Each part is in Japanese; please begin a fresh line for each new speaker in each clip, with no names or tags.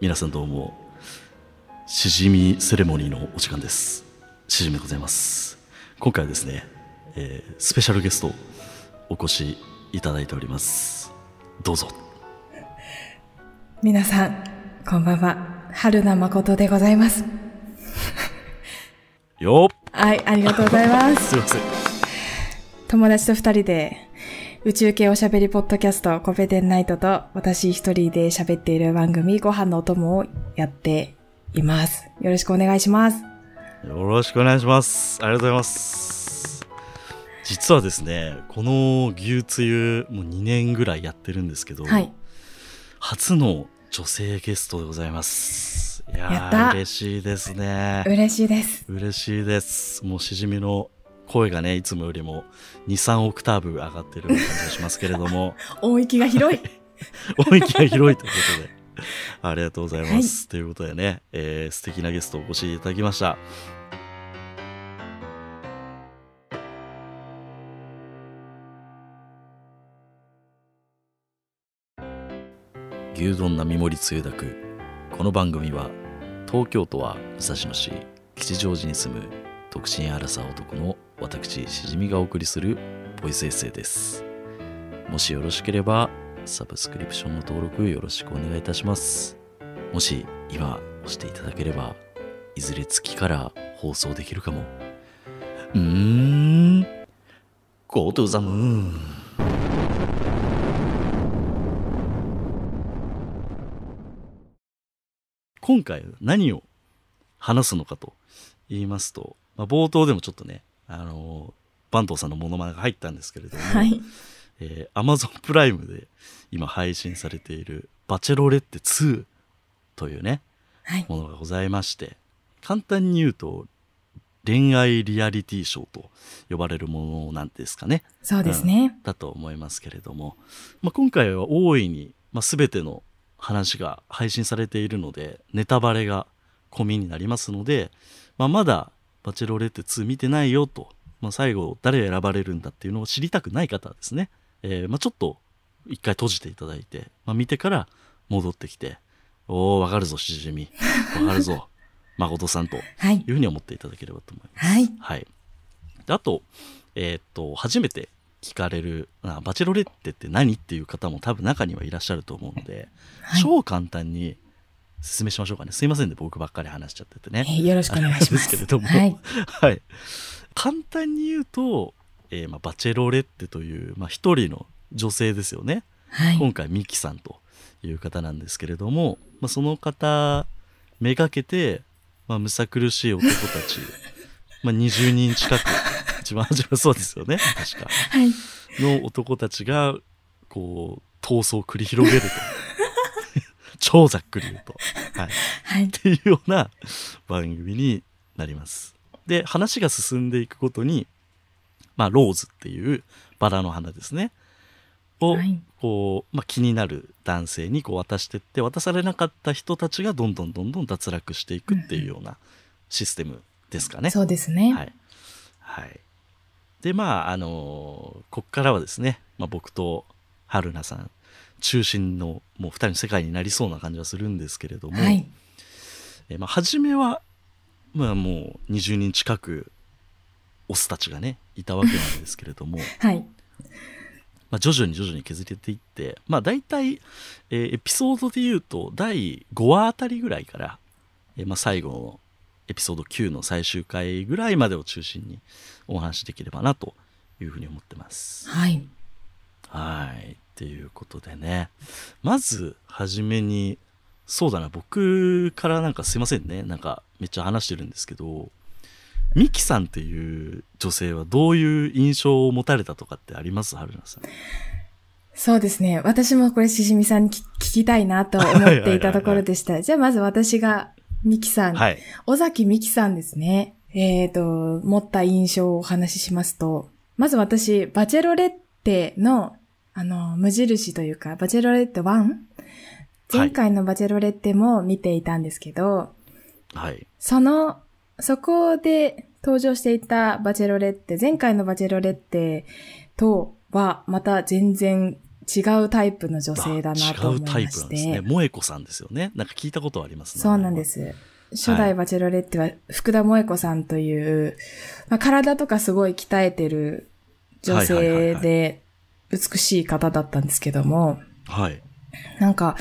皆さんどうもしじみセレモニーのお時間ですしじみでございます今回はですね、えースペシャルゲストをお越しいただいておりますどうぞ
皆さん、こんばんは。春名誠でございます。
よっ
はい、ありがとうございま す。
すいません
友達と二人で、宇宙系おしゃべりポッドキャスト、コペテンナイトと、私一人で喋っている番組、ご飯のお供をやっています。よろしくお願いします。
よろしくお願いします。ありがとうございます。実はですね、この牛つゆ、もう2年ぐらいやってるんですけど、
はい。
初の女性ゲストでございます。いやー
やった
嬉しいですね。
嬉しいです。
嬉しいです。もうしじみの声がね、いつもよりも2、3オクターブ上がってるような感じがしますけれども、
音域が広い。
音域が広いということで。ありがとうございます。ということでね、えー素敵なゲストをお越しいただきました。牛丼並盛りつゆだくこの番組は東京都は武蔵野市吉祥寺に住む独身アラサー男の私しじみがお送りするボイスエッセイですもしよろしければサブスクリプションの登録よろしくお願いいたしますもし今押していただければいずれ月から放送できるかもうーん Go to the moon 今回何を話すのかと言いますと、まあ、冒頭でもちょっとね、あのー坂東さんのモノマネが入ったんですけれども、
はい。
えー、Amazon プライムで今配信されている「バチェロレッテ2」というね
はい。
ものがございまして簡単に言うと恋愛リアリティショーと呼ばれるものなんですかね
そうですね。
だと思いますけれども、まあ、今回は大いに、まあ、全ての話が配信されているのでネタバレが込みになりますので、まあ、まだ「バチェロレッテ2」見てないよと、まあ、最後誰選ばれるんだっていうのを知りたくない方はですね、えーまあ、ちょっと一回閉じていただいて、まあ、見てから戻ってきて「おおわかるぞしじみわかるぞ誠さん」と
はい。
いうふうに思っていただければと思います。
はい。
はい。であと、えーっと、初めて聞かれる、あバチェロレッテって何っていう方も多分中にはいらっしゃると思うので、
はい
超簡単に説明しましょうかね。すいませんね、僕ばっかり話しちゃってて
え
ね。
ーよろしくお願いしま
あれです
す。
けれども
はい。
はい。簡単に言うと、えーまあ、バチェロレッテという、まあ、一人の女性ですよね。
はい。
今回ミキさんという方なんですけれども、まあ、その方めがけて、まあ、むさ苦しい男たちまあ20人近く一番初めそうですよね確か
はい。
の男たちがこう闘争を繰り広げると 超ざっくり言うと、はい、
はい
っ。ていうような番組になります。で、話が進んでいくごとに、まあ、ローズっていうバラの花ですね。を、
はい
こう、まあ、気になる男性にこう渡してって、渡されなかった人たちがどんどんどんどん脱落していくっていうようなシステムですかね。
そうですね。
はい。はい。で、まあ、あのーこっからはですね、まあ、僕と春菜さん中心のもう二人の世界になりそうな感じはするんですけれども、
はい。
えーまあ、初めは、まあ、もう20人近くオスたちがねいたわけなんですけれども
はい。
まあ徐々に徐々に削れていって、まあ、大体、えーエピソードで言うと第5話あたりぐらいから、えーまあ、最後のエピソード9の最終回ぐらいまでを中心にお話しできればなというふうに思ってます。
はい。
はい。っていうことでね。まず、はじめに、そうだな、僕からなんかすいませんね。なんかめっちゃ話してるんですけど、ミキさんっていう女性はどういう印象を持たれたとかってあります春菜さん。
そうですね。私もこれしじみさんに聞聞きたいなと思っていたところでした。じゃあまず私がミキさん。
はい。
尾崎美希さんですね。えっ、と、持った印象をお話ししますと、まず私、バチェロレッテの、あの、無印というか、バチェロレッテ 1? 前回のバチェロレッテも見ていたんですけど、
はい。
その、そこで登場していたバチェロレッテ、前回のバチェロレッテとはまた全然違うタイプの女性だなと思いまして。
あ違うタイプなんですね。萌子さんですよね。なんか聞いたことありますね。
そうなんで。す。初代バチェロレッテは福田萌子さんという、まあ、体とかすごい鍛えてる女
はいはいはい
性
はい
で美しい方だったんですけども、
はい。
なんか、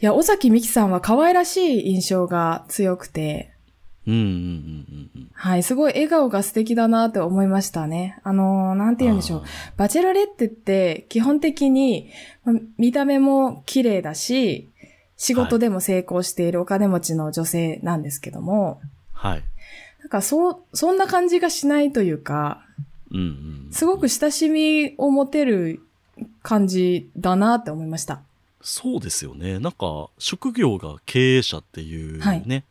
いや、尾崎美紀さんは可愛らしい印象が強くて、
うんうんうんうんうん。っ
はい、すごい笑顔が素敵だなって思いましたね。あのーなんて言うんでしょう。。バチェロレッテって基本的にまあ見た目も綺麗だし、仕事でも成功しているお金持ちの女性なんですけども、
はい。
なんかそう、そんな感じがしないというか、
うんうん。
すごく親しみを持てる感じだなって思いました。
そうですよね。なんか、職業が経営者っていうね、
はい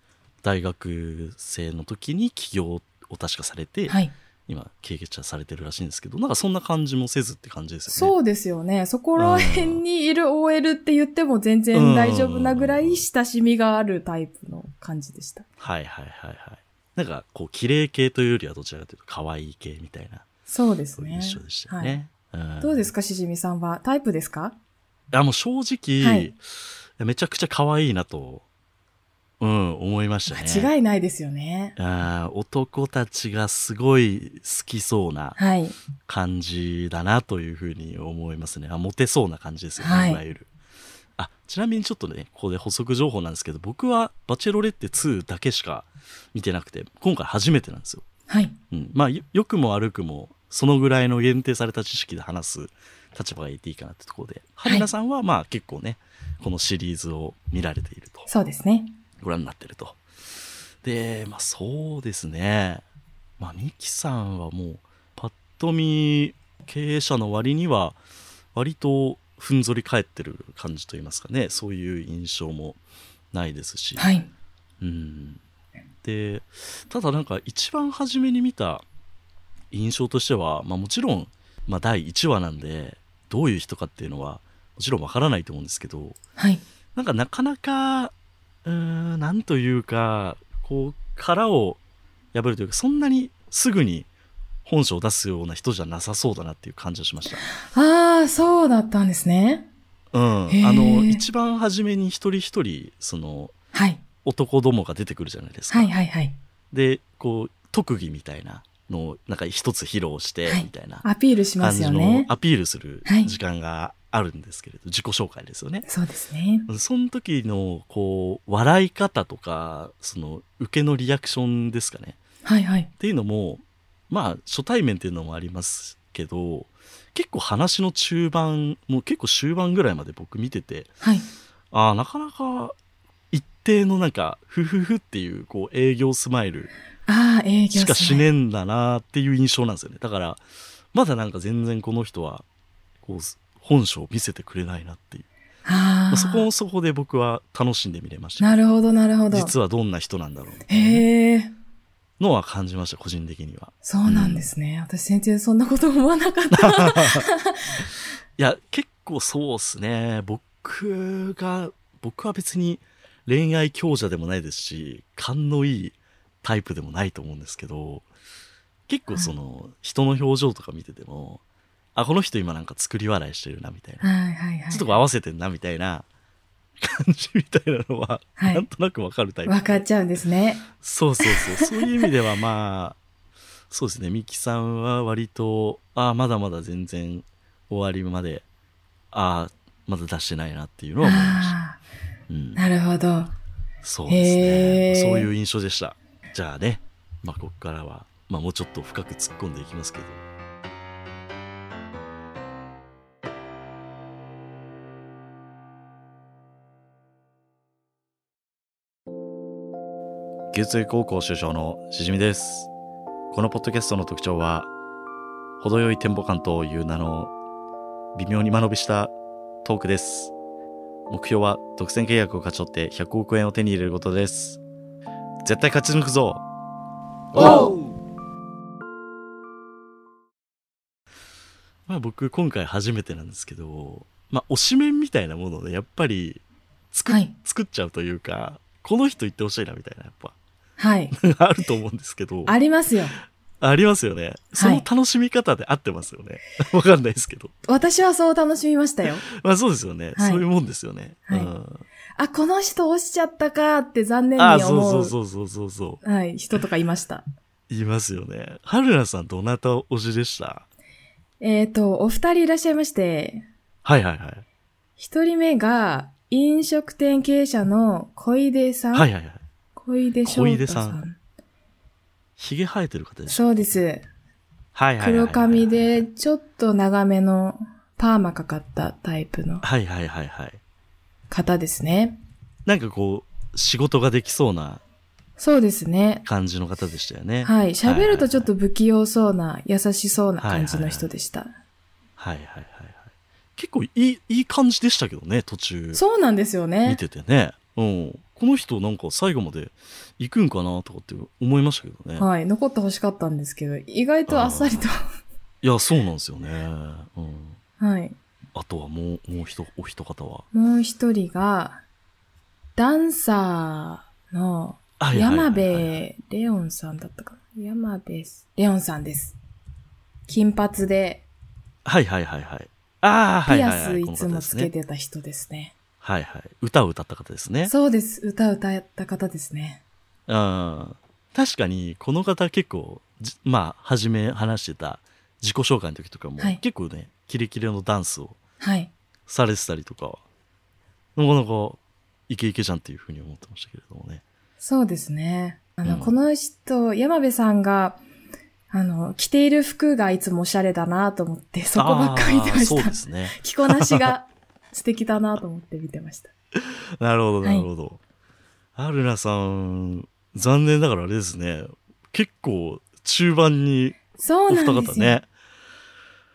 大学生の時に起業を確かされて、
はい。
今、経営者されてるらしいんですけど、なんかそんな感じもせずって感じですよね。
そうですよね。そこら辺にいる OL って言っても全然大丈夫なぐら
うん
い親しみがあるタイプの感じでした。
はいはいはいはい。なんか、こう、綺麗系というよりはどちらかというと、可愛い系みたいな、
そうです
そういう
ね。
印象でしたよね。
はい。どうですすか、しじみさんは。タイプですか
あ、もう正直、
はい
いやめちゃくちゃ可愛いなと、うん、思いましたね。
間違いないですよね。
あー男たちがすごい好きそうな
はい。
感じだなというふうに思いますね。あモテそうな感じですよね、、
はいい
わゆる。あちなみにちょっとね、ここで補足情報なんですけど、僕はバチェロレッテ2だけしか見てなくて、今回初めてなんですよ。
はい。
うん、まあ、よ良くも悪くも、そのぐらいの限定された知識で話す立場がいていいかなってところで、
はい
春菜さんはまあ結構ね、このシリーズを見られていると。
そうですね。
ご覧になってると。で、まあそうですね。まあミキさんはもう、パッと見経営者の割には、割とふんぞり返ってる感じといいますかね、そういう印象もないですし。
はい。
うん。で、ただなんか一番初めに見た印象としては、まあもちろん、まあ第1話なんで、どういう人かっていうのは、もちろんわからないと思うんですけど、
はい。
なんかなかなか、うーん、なんというか、こう、殻を破るというか、そんなにすぐに本性を出すような人じゃなさそうだなっていう感じがしました。
ああ、そうだったんですね。
うん。あ
へー
の、一番初めに一人一人、その、
はい。
男どもが出てくるじゃないですか。
はいはいはい。
で、こう、特技みたいなのを、なんか一つ披露して
は、い
みたいな
アピールしま
感
す
じ
よ
の
ね。
アピールする
はい
時間があるんですけれど、自己紹介ですよね。
そうですね。
その時の、こう、笑い方とか、その、受けのリアクションですかね。
はいはい。
っていうのも、まあ、初対面っていうのもありますけど、結構話の中盤、もう結構終盤ぐらいまで僕見てて、
はい。
ああ、なかなか、一定のなんか、ふふふっていう、こう、営業スマイル
ああ、営業
しかしね
え。
えんだなっていう印象なんですよね。だから、まだなんか全然この人は、こう、本性を見せてくれないなっていう。
あ
まあ
あ。
そこもそこで僕は楽しんで見れました。
なるほどなるほど。
実はどんな人なんだろう
へえ。
のは感じました個人的には
そうなんですね。私全然そんなこと思わな かった。
いや結構そうっすね僕が僕は別に恋愛強者でもないですし勘のいいタイプでもないと思うんですけど結構その人の表情とか見てても、あこの人今なんか作り笑いしてるなみたいな、
はいはいはい。
ちょっとこう合わせてんなみたいな感じみたいなのは、
はい
なんとなくわかるタイプ
わかっちゃうんですね。
そうそうそう。そういう意味ではまあ、そうですね。ミキさんは割と、ああ、まだまだ全然終わりまで、ああ、まだ出してないなっていうのは思いました。
あ
うん
あ、、なるほど。
そうですね。
へー
そういう印象でした。じゃあね、まあ、ここからは、まあ、もうちょっと深く突っ込んでいきますけど。九州高校首相のしじみです。このポッドキャストの特徴は、程よいテンポ感という名の微妙に間延びしたトークです。目勝は独占契約を勝ち取って100億円を手に入れることです。絶対勝ち抜くぞ
お
まあ僕今回初めてなんですけど、まあ推しメンみたいなものでやっぱり作,、
はい
作っちゃうというか、この人言ってほしいなみたいなやっぱ
はい。
あると思うんですけど、
ありますよ。
ありますよね。その楽しみ方で合ってますよね。 わかんないですけど。
私はそう楽しみま したよ。
まあそうですよね。
はい
そういうもんですよね。
はい
うん
あ、この人落ちちゃったかって残念に
ああ、そう
思
そううそうそうそうそ
はい、人とかいました。
う。いますよね。春菜さん、どなた推しでした
えっ、と、お二人いらっしゃいまして、
はいはいはい。
一人目が飲食店経営者の小出さん。
はいはいはい。
小出翔太さん。
小出ひげ生えてる方でしょ
そうです。
はいはいはいはい。
黒髪。で、ちょっと長めのパーマかかったタイプの
はいはいはいはい。
方ですね。
なんかこう、仕事ができそうな
そうですね。
感じの方でしたよね。
はい。喋るとちょっ
と。
と不器用そうな、優しそうな感じの人でした。
はいはいはいはい。結構いい、いい感じでしたけどね、途中。
そうなんですよ
見
ね。
ててね。うん。この人なんか最後まで行くんかなとかって思いましたけどね。
はい。残って欲しかったんですけど、意外とあっさりと。
いや、そうなんですよね。うん。
はい。
あとはもう、もう一、お一方は。
もう一人が、ダンサーの
はいはいはいは
山
い
部レオンさんだったかな。山部レオンさんです。金髪で、
はいはいはいはい。ああ、はい
ピ
は
ア
い、は
ス
い。
い
この
つ
方
も
です
つ
ね
けてた人ですね。
はいはい。歌を歌った方ですね。
そうです。歌歌った方ですね。
うん。確かに、この方結構、じまあ、初め話してた自己紹介の時とかも、
はい
結構ね、キレキレのダンスを
はい。
されてたりとかは、なかなか、イケイケじゃんっていうふうに思ってましたけれどもね。
そうですね。あの、
うん
この人、山部さんが、あの、着ている服がいつもおしゃれだなと思って、そこばっかり見てま
あー
し
そう
た
で。すね。
着こなしが素敵だなと思って見てました。
なるほど、
は
ないるほど。アルナさん、残念ながらあれですね、結構、中盤に、
そ
お
うな
二
んで
方
すよ。
ね。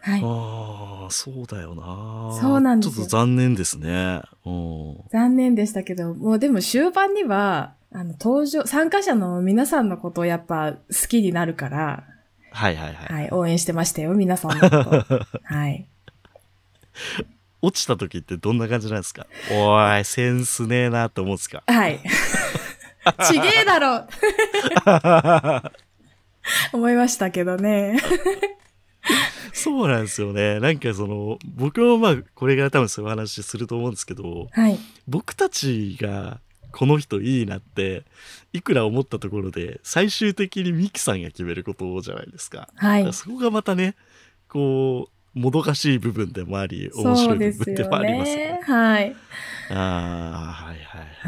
はい。
ああ、そうだよな。
そうなんですよ
ちょっと残念ですね。うん。
残念でしたけど、もうでも終盤には、あの、登場、参加者の皆さんのことをやっぱ好きになるから、
はいはいはい。
はい、応援してましたよ、皆さん のこと。はい。
落ちた時ってどんな感じなんですかおーい、センスねえなって思うんです か
はい。ちげえだろ 思いましたけどね。
そうなんですよね。なんかその、僕もまあ、これから多分そういう話すると思うんですけど、
はい。
僕たちが、この人いいなって、いくら思ったところで、最終的にミキさんが決めることじゃないですか。
は
だ
い
から。そこがまたね、こう、もどかしい部分でもあり、面白
そ
いう部
です
分でも
よ
ありますよね。
ね。はい。
ああ、はいはい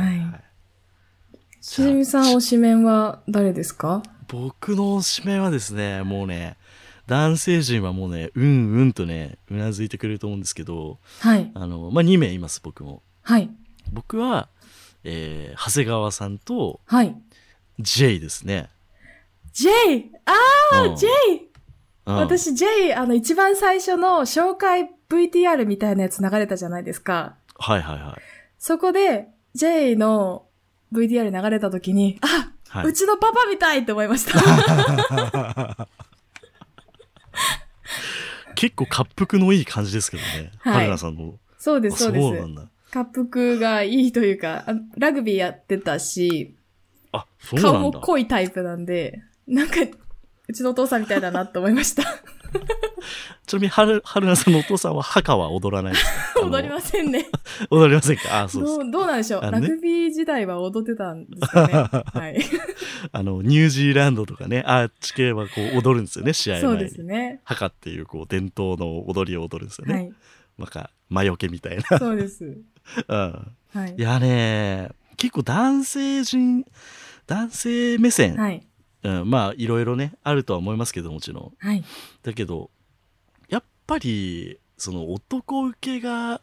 はい、
は
はい
い。しじみさん、推しメンは誰ですか
僕のおしめはですね、もうね、男性陣はもうね、うんうんとね、うなずいてくれると思うんですけど、
はい。
あの、まあ、2名います、僕も。
はい。
僕は、えー、長谷川さんと
はい。
J ですね。
J! あ
あ
ー、J! 私 J、あの、一番最初の紹介 VTR みたいなやつ流れたじゃないですか。
はいはいはい。
そこで J の VTR 流れた時に、あ、
はいう
ちのパパみたいって思いました。
結構、滑覆のいい感じですけどね。
はい
春菜さんの。
そうで
あ
す、そ
そう
で
うなん
す。
だ。
滑覆がいいというか、あラグビーやってたし、
あ、そう
顔
なん
も
だ。
濃いタイプなんで、なんか、うちのお父さんみたいだなって思いま した。
ちなみに、春、春菜さんのお父さんは、墓は踊らないですか
踊りませんね。
あの踊りませんかあ、そうです
ど
か。
うどうなんでしょう、
あの
ラ
ね
グビー時代は踊ってたんですか ね。はい。
あの、ニュージーランドとかね、あっち系はこう踊るんですよね、試合前
そう
に。
ですね。
ハカっていうこう伝統の踊りを踊るんですよね。
はい。
なんか、魔除けみたい
そうです。
な。 うん。
はい
い。やね、結構男性人、男性目線、
はい。
うん、まあいろいろね、あるとは思いますけどもちろん。
はい。
だけど、やっぱり、その男受けが、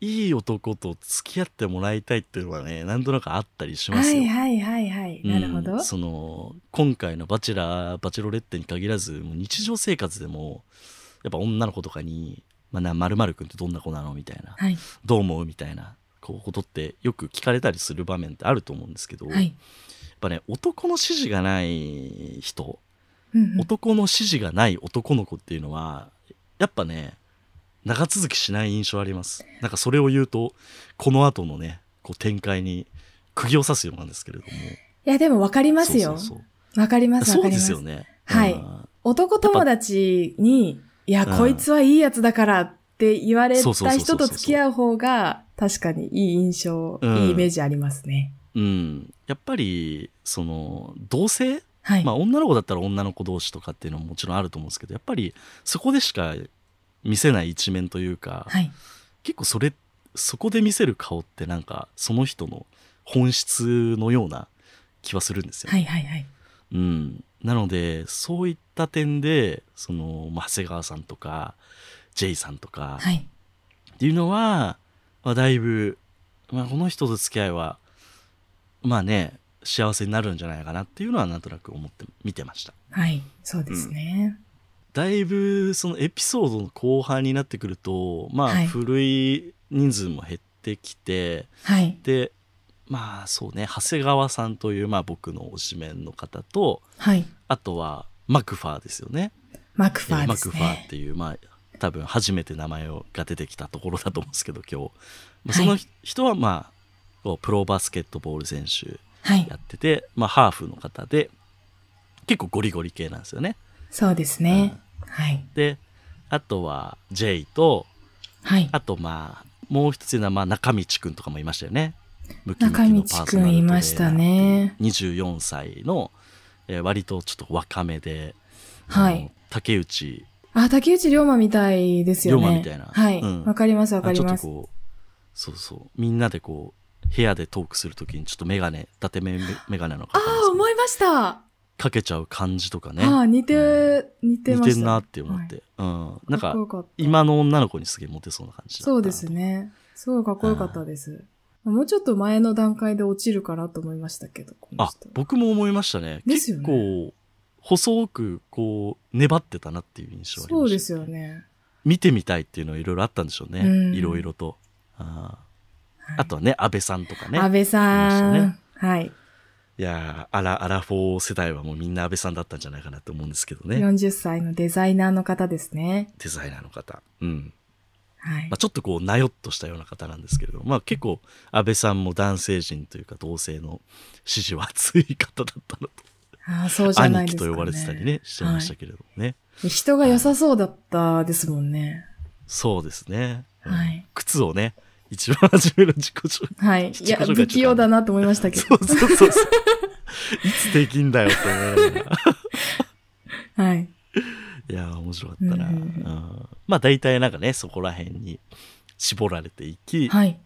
いい男と付き合ってもらいたいっていうのはね、なんとなくあったりしま
は
すよ。
いはいはいはい。なるほど。
うんその今回の「バチェラー」「バチェロレッテ」に限らずもう日常生活でもやっぱ女の子とかに「まあ、なまるくんってどんな子なの?」みたいな
はい。
「どう思う?」みたいなこうことってよく聞かれたりする場面ってあると思うんですけど、
は
やっ
い。
ぱね男の指示がない人
うんうん
男の指示がない男の子っていうのはやっぱね長続きしない印象ありますなんかそれを言うとこの後のねこう展開に釘を刺すようなんですけれども
いや、でも分かります
そう
よ
そう。そう
分かります、分
そ
か
う
り
で
ます。
すよね。
はい
あ
男友達に、いや、
うん
こいつはいいやつだからって言われ
そうそう
た
そうそうそ
人
う
と付き合う方が、確かにいい印象、
うん
いいイメージありますね。
ーうん。やっぱり、その、同性
はい。
まあ女の子だったら女の子同士とかっていうのももちろんあると思うんですけど、やっぱりそこでしか見せない一面というか、
はい。
結構それ、そこで見せる顔ってなんかその人の本質のような気はするんですよね。
はいはいはい。
うん。なので、そういった点で、その、まあ長谷川さんとか、ジェイさんとか、
はい。
っていうのは、まあ、だいぶ、まあ、この人と付き合いは、まあね、幸せになるんじゃないかなっていうのはなんとなく思って、見てました。
はい。そうですね。
だいぶ、そのエピソードの後半になってくると、まあ、
はい
古い人数も減ってきて、
はい。
で、まあそうね、長谷川さんという、まあ僕の推しメンの方と、
はい。
あとは、マクファーですよね。
マクファ
えー
ーで
マ
す
ク
ね。
ファーっていう、まあ、多分初めて名前をが出てきたところだと思うんですけど、今日。まあ、その
はい
人は、まあ、こうプロバスケットボール選手
はい
や。ってて、まあ、ハーフの方で、結構ゴリゴリ系なんですよね。
そうですね。はい。
で、あとは、ジェイと、
はい。
あと、まあ、もう一つのは、まあ、中道くんとかもいましたよね。ムキムキ
中
の
道
パー
く
ソナルトレーナーって
ん
う
いました。ね。
24歳の、えー割とちょっと若めで、
は
あ
い
の。竹内
あ、竹内涼真みたいですよね。
龍馬みたいな
はい。わ、
うん
かりますわかりま
あち
す。
ょっとこう、そうそう。みんなでこう、部屋でトークするときにちょっとメガネ、伊達メメガネの方
ああー、思いました。
かけちゃう感じとかね。
ああ、似て、似て
似
ました。
てんなって思って。うん。なん
か
か
っこ、よかった
今の女の子にすげえモテそうな感じだった
そうです。ね。すごいかっこよかったです。もうちょっと前の段階で落ちるかなと思いましたけど、この
あ
人、
僕も思いましたね。
ですよね
結構、細く、こう、粘ってたなっていう印象ありました。
そうですよ。ね。
見てみたいっていうのいろいろあったんでしょうね。
うん
いろいろと。あ
はい
ーあとはね、安倍さんとかね。
安倍さん、
いまし
はい、
いやーアラ、アラフォー世代はもうみんな安倍さんだったんじゃないかなと思うんですけどね。
40歳のデザイナーの方ですね。
デザイナーの方。うん。
はい
まあ、。ちょっとこう、なよっとしたような方なんですけれども、まあ結構、安倍さんも男性人というか同性の支持は厚い方だったのと、
ああ、そうじゃない
兄貴
です
と
か、ね。
呼ばれてたりね、してましたけれどもね。
人が良さそうだったですもんね。
そうですね。うん
はい。
靴をね、一番初めの自己紹介。
はい。い
自己紹介
や、
ちょっと
不器用だなと思いましたけ
そ
ど。
うそうそうそう。いつできんだよって思いながら。
はい。
いやー、面白かったな。う
う
ん
うん
んまあ大体なんかね、そこら辺に絞られていき、
はい。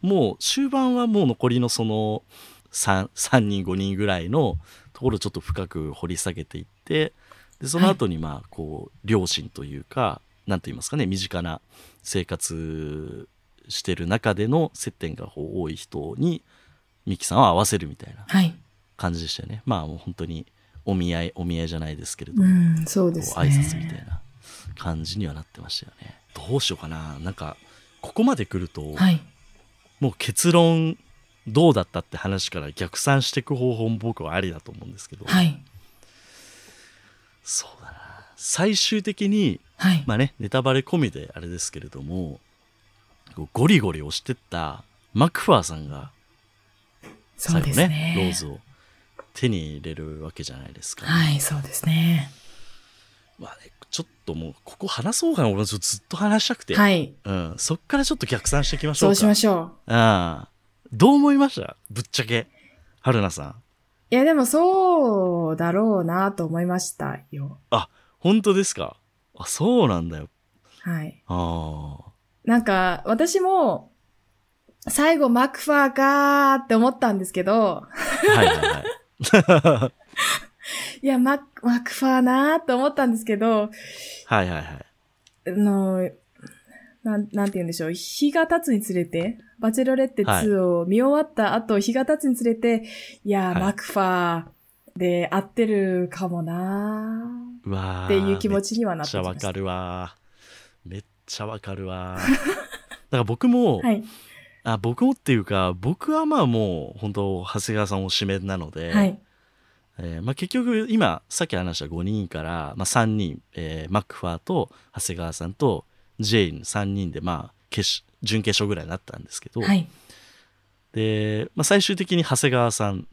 もう終盤はもう残りのその 3, 3人5人ぐらいのところをちょっと深く掘り下げていってでその後にまあこう両親というか何と言いますかね身近な生活してる中での接点がこう多い人にミキさんを合わせるみたいな
はい。
感じでしたよねまあもう本当にお見合いお見合いじゃないですけれど
う
も、
ん、そうで
こ
す
う
ね。
挨拶みたいな感じにはなってましたよねどうしようかななんかここまで来ると、
はい。
もう結論どうだったって話から逆算していく方法も僕はありだと思うんですけど、
はい。
そうだな最終的に
はい。
まあねネタバレ込みであれですけれどもこうゴリゴリ押してったマクファーさんが
そ
最
う
後
です
ね
ね。
ローズを手に入れるわけじゃないですか、
はい、そうですね。
まあね、ちょっともうここ話そうかな俺もずっと話したくて、
はい。
うん、そっからちょっと逆算していきましょう
そ
か
うしましょう。
ああどう思いましたぶっちゃけ春菜さん
いや、でもそうだろうなと思いましたよ。
本当ですかあ、そうなんだよ。
はい。
ああ。
なんか、私も、最後マクファーかーって思ったんですけど、
はいはいはい。
いや、マク、マクファーなーって思ったんですけ
は
ど、
いはいはい。
あの、なん、なんて言うんでしょう。日が経つにつれて、バチェロレッテ
はい
2を見終わった後、日が経つにつれて、いやー、
はい
マクファーで合ってるかもな
うわ
ー
ー
っていう気持ちには
め
な
っ
って
ちゃ
き
わ
ました。
かるわー。めっちゃわかるわ ー。だから僕も、
はい。
あ、僕もっていうか、僕はまあもう、本当長谷川さんおしめなので、
はい。
えーまあ、結局今、さっき話した5人から、まあ、3人、えーマックファーと長谷川さんとジェイン3人で、まあ、決し準決勝ぐらいになったんですけど、
はい。
で、まあ、最終的に長谷川さん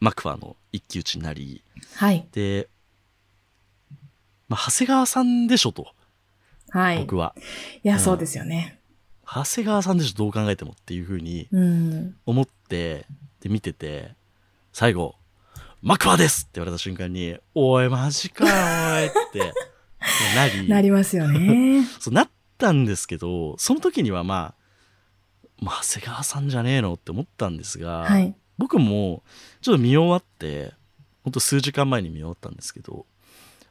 マクファーの一騎打ちになり
はい。
でまあ、長谷川さんでしょと、
はい。い
僕は。う
や、
ん
そうですよね。
長谷川さんでしょ、どう考えてもっていうふうに
うん。
思って、で、見てて、最後、マクワですって言われた瞬間に、おい、マジかよ、おいって、 なり、
なりますよ ね。
そうなったんですけど、その時にはまあ、まあ、長谷川さんじゃねえのって思ったんですが、
はい。
僕もちょっと見終わってほんと数時間前に見終わったんですけど、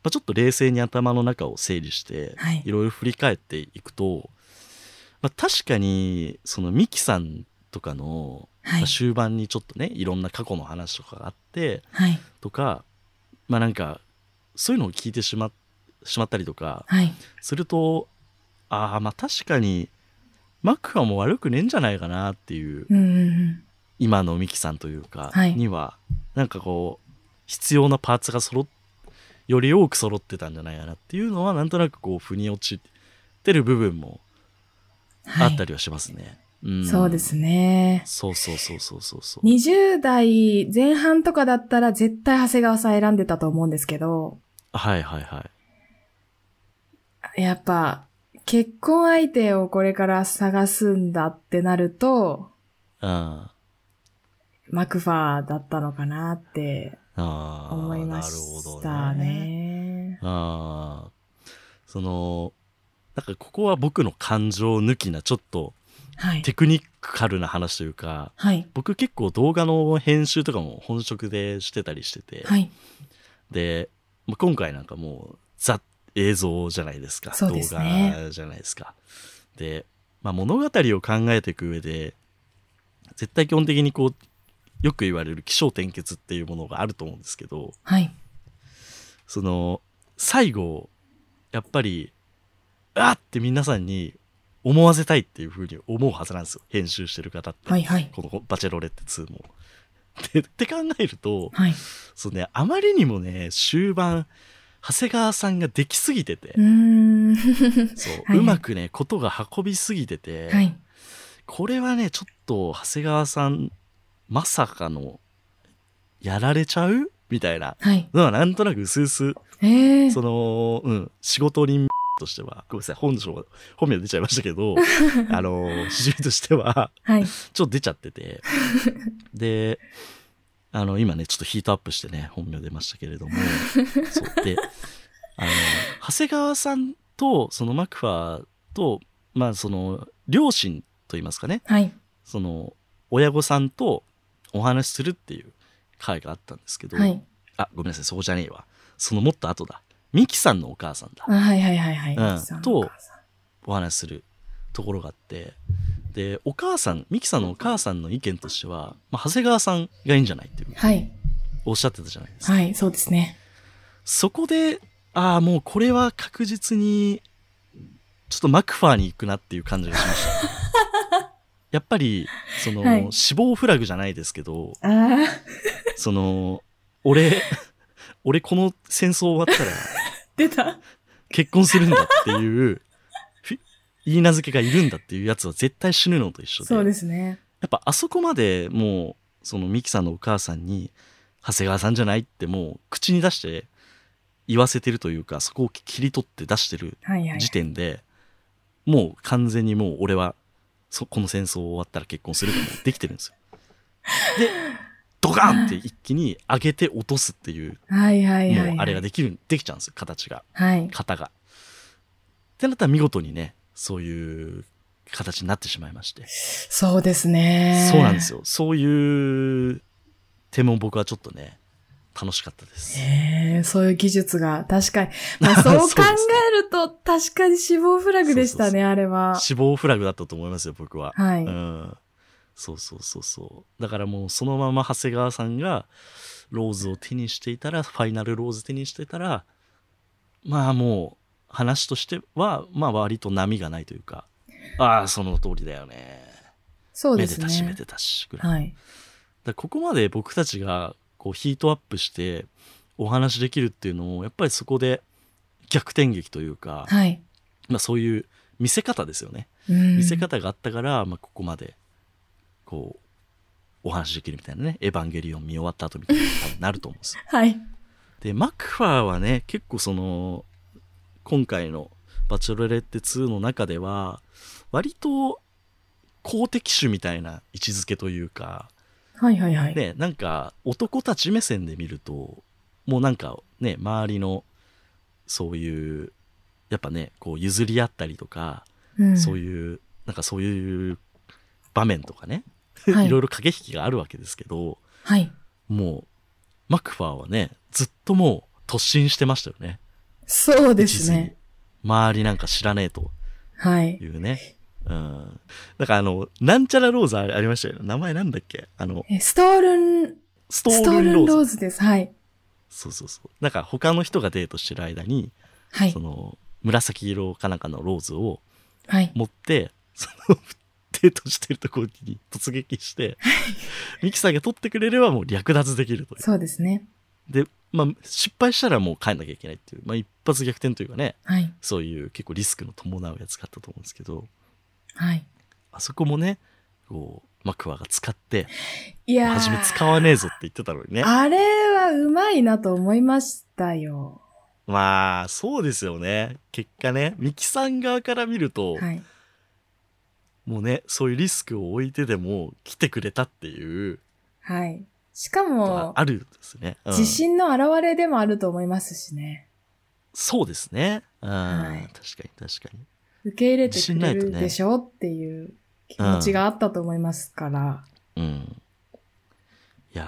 まあ、ちょっと冷静に頭の中を整理して、
はい
いろいろ振り返っていくと、まあ、確かにそのミキさんとかの、
はい
まあ。終盤にちょっとねいろんな過去の話とかがあって
はい。
とかまあなんかそういうのを聞いてしましまったりとか
はい。
するとああまあ確かにマクはもう悪くねえんじゃないかなっていう
うんうんうん。
今のミキさんというか、
はい
にはなんかこう必要なパーツが揃っより多く揃ってたんじゃないかなっていうのはなんとなくこう腑に落ちてる部分もあ
は
った
い。
りはしますね。うん
そうですね。
そうそうそうそうそうそう。
20代前半とかだったら絶対長谷川さん選んでたと思うんですけど、
はいはいはい。
やっぱ結婚相手をこれから探すんだってなると、
うん、あ
マクファーだったのかなって
あー
思いまし
な
た
るほどね。
ね。
ああそのなんかここは僕の感情抜きなちょっと
はい。
テクニカルな話というか
はい。
僕結構動画の編集とかも本職でしてたりしてて、
はい。
で、まあ、今回なんかもうザ映像じゃないですか
そうですね
動画じゃないですかで、まあ、物語を考えていく上で絶対基本的にこうよく言われる起承転結っていうものがあると思うんですけど
はい。
その最後やっぱりあっって皆さんに思わせたいっていうふうに思うはずなんですよ編集してる方って、
はい。はい。
この「バチェロレッテ2」も。でって考えると、
はい。
そうね、あまりにもね、終盤、長谷川さんができすぎてて、
うーん。
そう、
はいう
まくね、ことが運びすぎてて、
はい。
これはね、ちょっと長谷川さん、まさかの、やられちゃうみたいな
はい。
のは、なんとなく薄々、
ええ
その、うん、仕事人 としては、ごめんなさい、本性、本名出ちゃいましたけ ど、あの、主人としては、
はい。
ちょっと出ちゃってて、で、あの、今ね、ちょっとヒートアップしてね、本名出ましたけれども、そうで、あの、長谷川さんと、そのマクファーと、まあ、その、両親と言いますかね、
はい。
その、親御さんとお話しするっていう会があったんですけど、
はい。
あ、ごめんなさい、そこじゃねえわ。そのもっと後だ。ミキさんのお母さんだ。
あはいはいはいはい。
うん
さ
と
お母さん
お話しするところがあってでお母さんミキさんのお母さんの意見としては、まあ、長谷川さんがいいんじゃないっていう
はい。
おっしゃってたじゃないですか、
はい。そうですね。
そこでああもうこれは確実にちょっとマクファーに行くなっていう感じがしました やっぱりその、
はい
死亡フラグじゃないですけど
ああ。
その俺 俺この戦争終わったら
出た。
結婚するんだっていうふ言い名付けがいるんだっていうやつは絶対死ぬのと一緒で
そうですね。
やっぱあそこまでもうそのミキさんのお母さんに「長谷川さんじゃない?」ってもう口に出して言わせてるというかそこを切り取って出してる
はいはい。
時点でもう完全にもう俺はそこの戦争終わったら結婚するってもうできてるんですよ。 でドカンって一気に上げて落とすっていう
はいはいはい。
もうあれができるできちゃうんですよ形が
はい。
型が。ってなったら見事にねそういう形になってしまいまして。
そうですね。
そうなんです
よ。
よ。そういう点も僕はちょっとね、楽しかったです。
ええそういう技術が、確かに。 まあ、そう
そう
考
ですね
えると、確かに死亡フラグでしたね、
そうそ
あれは。
死亡フラグだったと思いますよ、僕は。
はい。
うん。そうそうそうそう。だからもうそのまま長谷川さんがローズを手にしていたら、ファイナルローズ手にしてたら、まあもう話としては、まあ割と波がないというか、ああ、その通りだよね。
そう
め
で
ですたしめ
ね。
でたしぐらい。
はい。
だからここまで僕たちがこうヒートアップしてお話しできるっていうのもやっぱりそこで逆転劇というか、
はい。
まあ、そういう見せ方ですよね、
うん
見せ方があったから、まあ、ここまでこうお話しできるみたいなね「エヴァンゲリオン」見終 わった後みたいな多分なると思うんですよ
はい。
でマクファーはね結構その今回の「バチェロレッテ2」の中では割と公的種みたいな位置づけというか、
はいはいはい。
ね、なんか男たち目線で見るともうなんかね周りのそういうやっぱねこう譲り合ったりとか、
うん、
そういうなんかそういう場面とかね、、
は いい
ろいろ駆け引きがあるわけですけど
はい。
もうマクファーはねずっともう突進してましたよね。
そうですね。
周りなんか知らねえと
はい。
いうね。うん。だからあの、なんちゃらローズありましたよね。名前なんだっけあの、
えストールン、
スト
ストー
ール
ル
ンロ
ン
ーズ。
ローズです。はい。
そうそうそう。なんか他の人がデートしてる間に、
はい
そ。の、紫色かなんかのローズを
はい。
持って、その、デートしてるところに突撃して、ミキさんが取ってくれればもう略奪できるという。
そうですね。
で、まあ、失敗したらもう帰んなきゃいけないっていう、まあ一発逆転というかね、
はい。
そういう結構リスクの伴うやつがあったと思うんですけど、
はい。
あそこもね、こう、マクワが使って、
いやー
初め使わねえぞって言ってたのにね。
あれはうまいなと思いましたよ。
まあ、そうですよね。結果ね、ミキさん側から見ると、
はい。
もうね、そういうリスクを置いてでも来てくれたっていう、
はい。しか
あ
も、
あるんですね。うん
自信の表れでもあると思いますしね。
そうですね。うん
はい
確かに確かに。
受け入れてくれ
自信
る
ないとね
でしょっていう気持ちがあったと思いますから。
うん。いや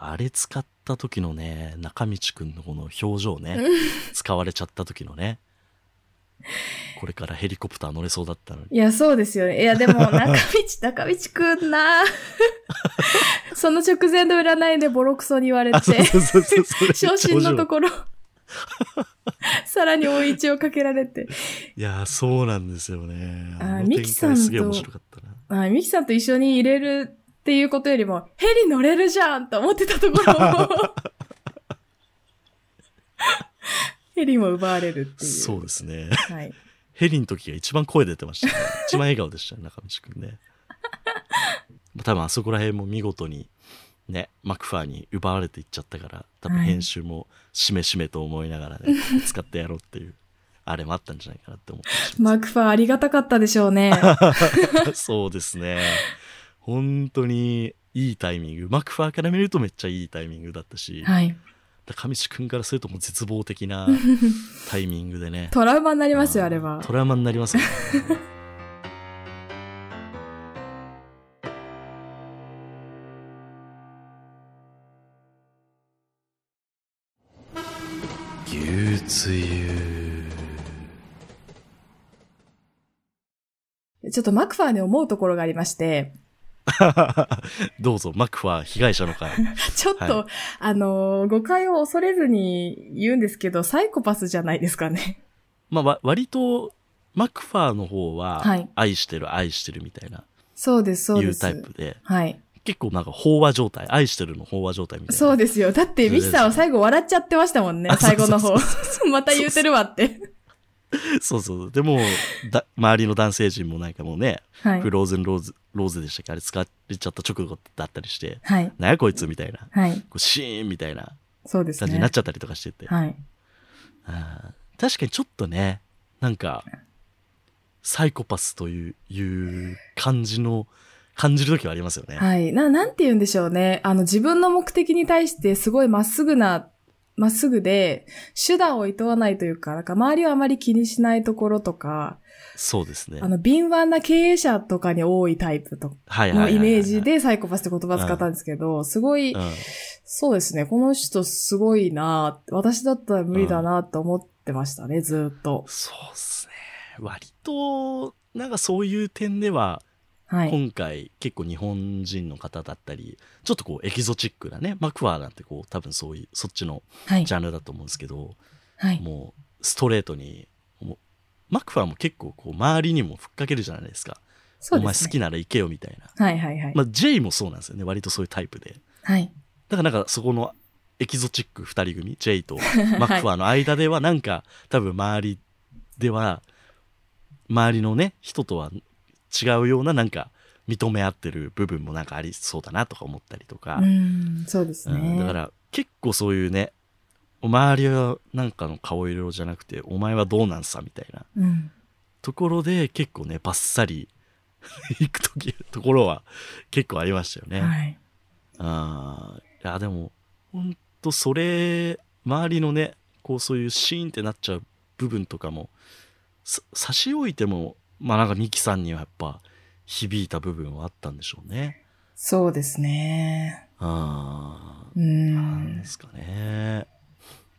ー、あれ使った時のね、中道くんのこの表情ね、使われちゃった時のね、これからヘリコプター乗れそうだったのに。
いや、そうですよね。いや、 でも、中道、中道くんな その直前の占いでボロクソに言われて
あ、、そうそうそうそうそう。
昇進のと
こ。
ころ、さらに追い打ちをかけられて。
いやー、そうなんですよね。
あ
あ
ー
の
ミキさんと
展開すげえ面白かったな。
あミキさんと一緒に入れるっていうことよりも、ヘリ乗れるじゃんと思ってたところを ヘリも奪われるっていう。
そうですね。
はい。
ヘリの時が一番声出てました ね。一番笑顔でしたね、中道くんね。多分あそこら辺も見事に、ね、マクファーに奪われていっちゃったから、多分
はい
編集もしめしめと思いながら ね、使ってやろうっていう、あれもあったんじゃないかなって思ってました
マクファーありがたかったでしょ うね。
そうですね。本当にいいタイミング。マクファーから見るとめっちゃいいタイミングだったし、
はい。
高道くんからするともう絶望的 なタイミングでね。
トラウマになりますよ、あれは。
トラウマになります よね。牛つゆ。
ちょっとマクファーに思うところがありまして、
どうぞ、マクファー被害者の 会。
ちょっと、
は
あのー誤解を恐れずに言うんですけど、サイコパスじゃないですかね。
まあ、わ割と、マクファーの方は
はい、
愛してる、愛してるみたいな、
そうです、そう
い
で
う
す。
タイプで、
はい。
結構なんか飽和状態、愛してるの飽和状態みたいな。
そうですよ。だって、ミキさんは最後笑っちゃってましたもんね
あ、
最後の
そ
方
う。
また言うてるわって。
そうそう。でも、だ周りの男性陣もなんかもうね、
はい
フ。ローズンローズ、ローズでしたっけあれ使われちゃった直後だったりして、
はい。
なんやこいつみたいな、こ
はい。
うシーンみたいな
そうです
感じにな
ね
っ。ちゃったりとかしてて。
はい。
あー確かにちょっとね、なんか、サイコパスという、いう感じの、感じる時はありますよね。
はい。な、なんて言うんでしょうね。あの、自分の目的に対してすごいまっすぐな、まっすぐで、手段を厭わないというか、なんか周りをあまり気にしないところとか、
そうですね。
あの、敏腕な経営者とかに多いタイプと
はいはいはいは
の
い
イメージ、でサイコパスって言葉使ったんですけど、すごい、
うん
そうですね、この人すごいなぁ私だったら無理だなと思ってましたね、ずーっと。
そうっすね。割と、なんかそういう点では、
はい。
今回結構日本人の方だったりちょっとこうエキゾチックなねマクワーなんてこう多分そういうそっちの
はい
ジ。ャンルだと思うんですけど、
はい。
もうストレートにもうマクファーも結構こう周りにもふっかけるじゃないですか
そう
お
で
前
す
好
ね。
きなら行けよみたいな、
はいはいはい。
まあ、J もそうなんですよね割とそういうタイプで
はい。
だからなんかそこのエキゾチック2人組 J とマクファーの間ではなんか、多分周りでは周りのね人とは違うようななんか認め合ってる部分もなんかありそうだなとか思ったりとか
う、ーん、そうです
うんだか
ね。
ら結構そういうねお周りはなんかの顔色じゃなくて、お前はどうなんさみたいな
うん。
ところで結構ね、バッサリ 行くとき、ところは結構ありましたよね。
はい。
あーいやでもほんとそれ周りのねこうそういうシーンってなっちゃう部分とかもさ差し置いてもまあなんかミキさんにはやっぱ響いた部分はあったんでしょうね。
そうですね。
あ
う
ーなん
ん
で。すかね。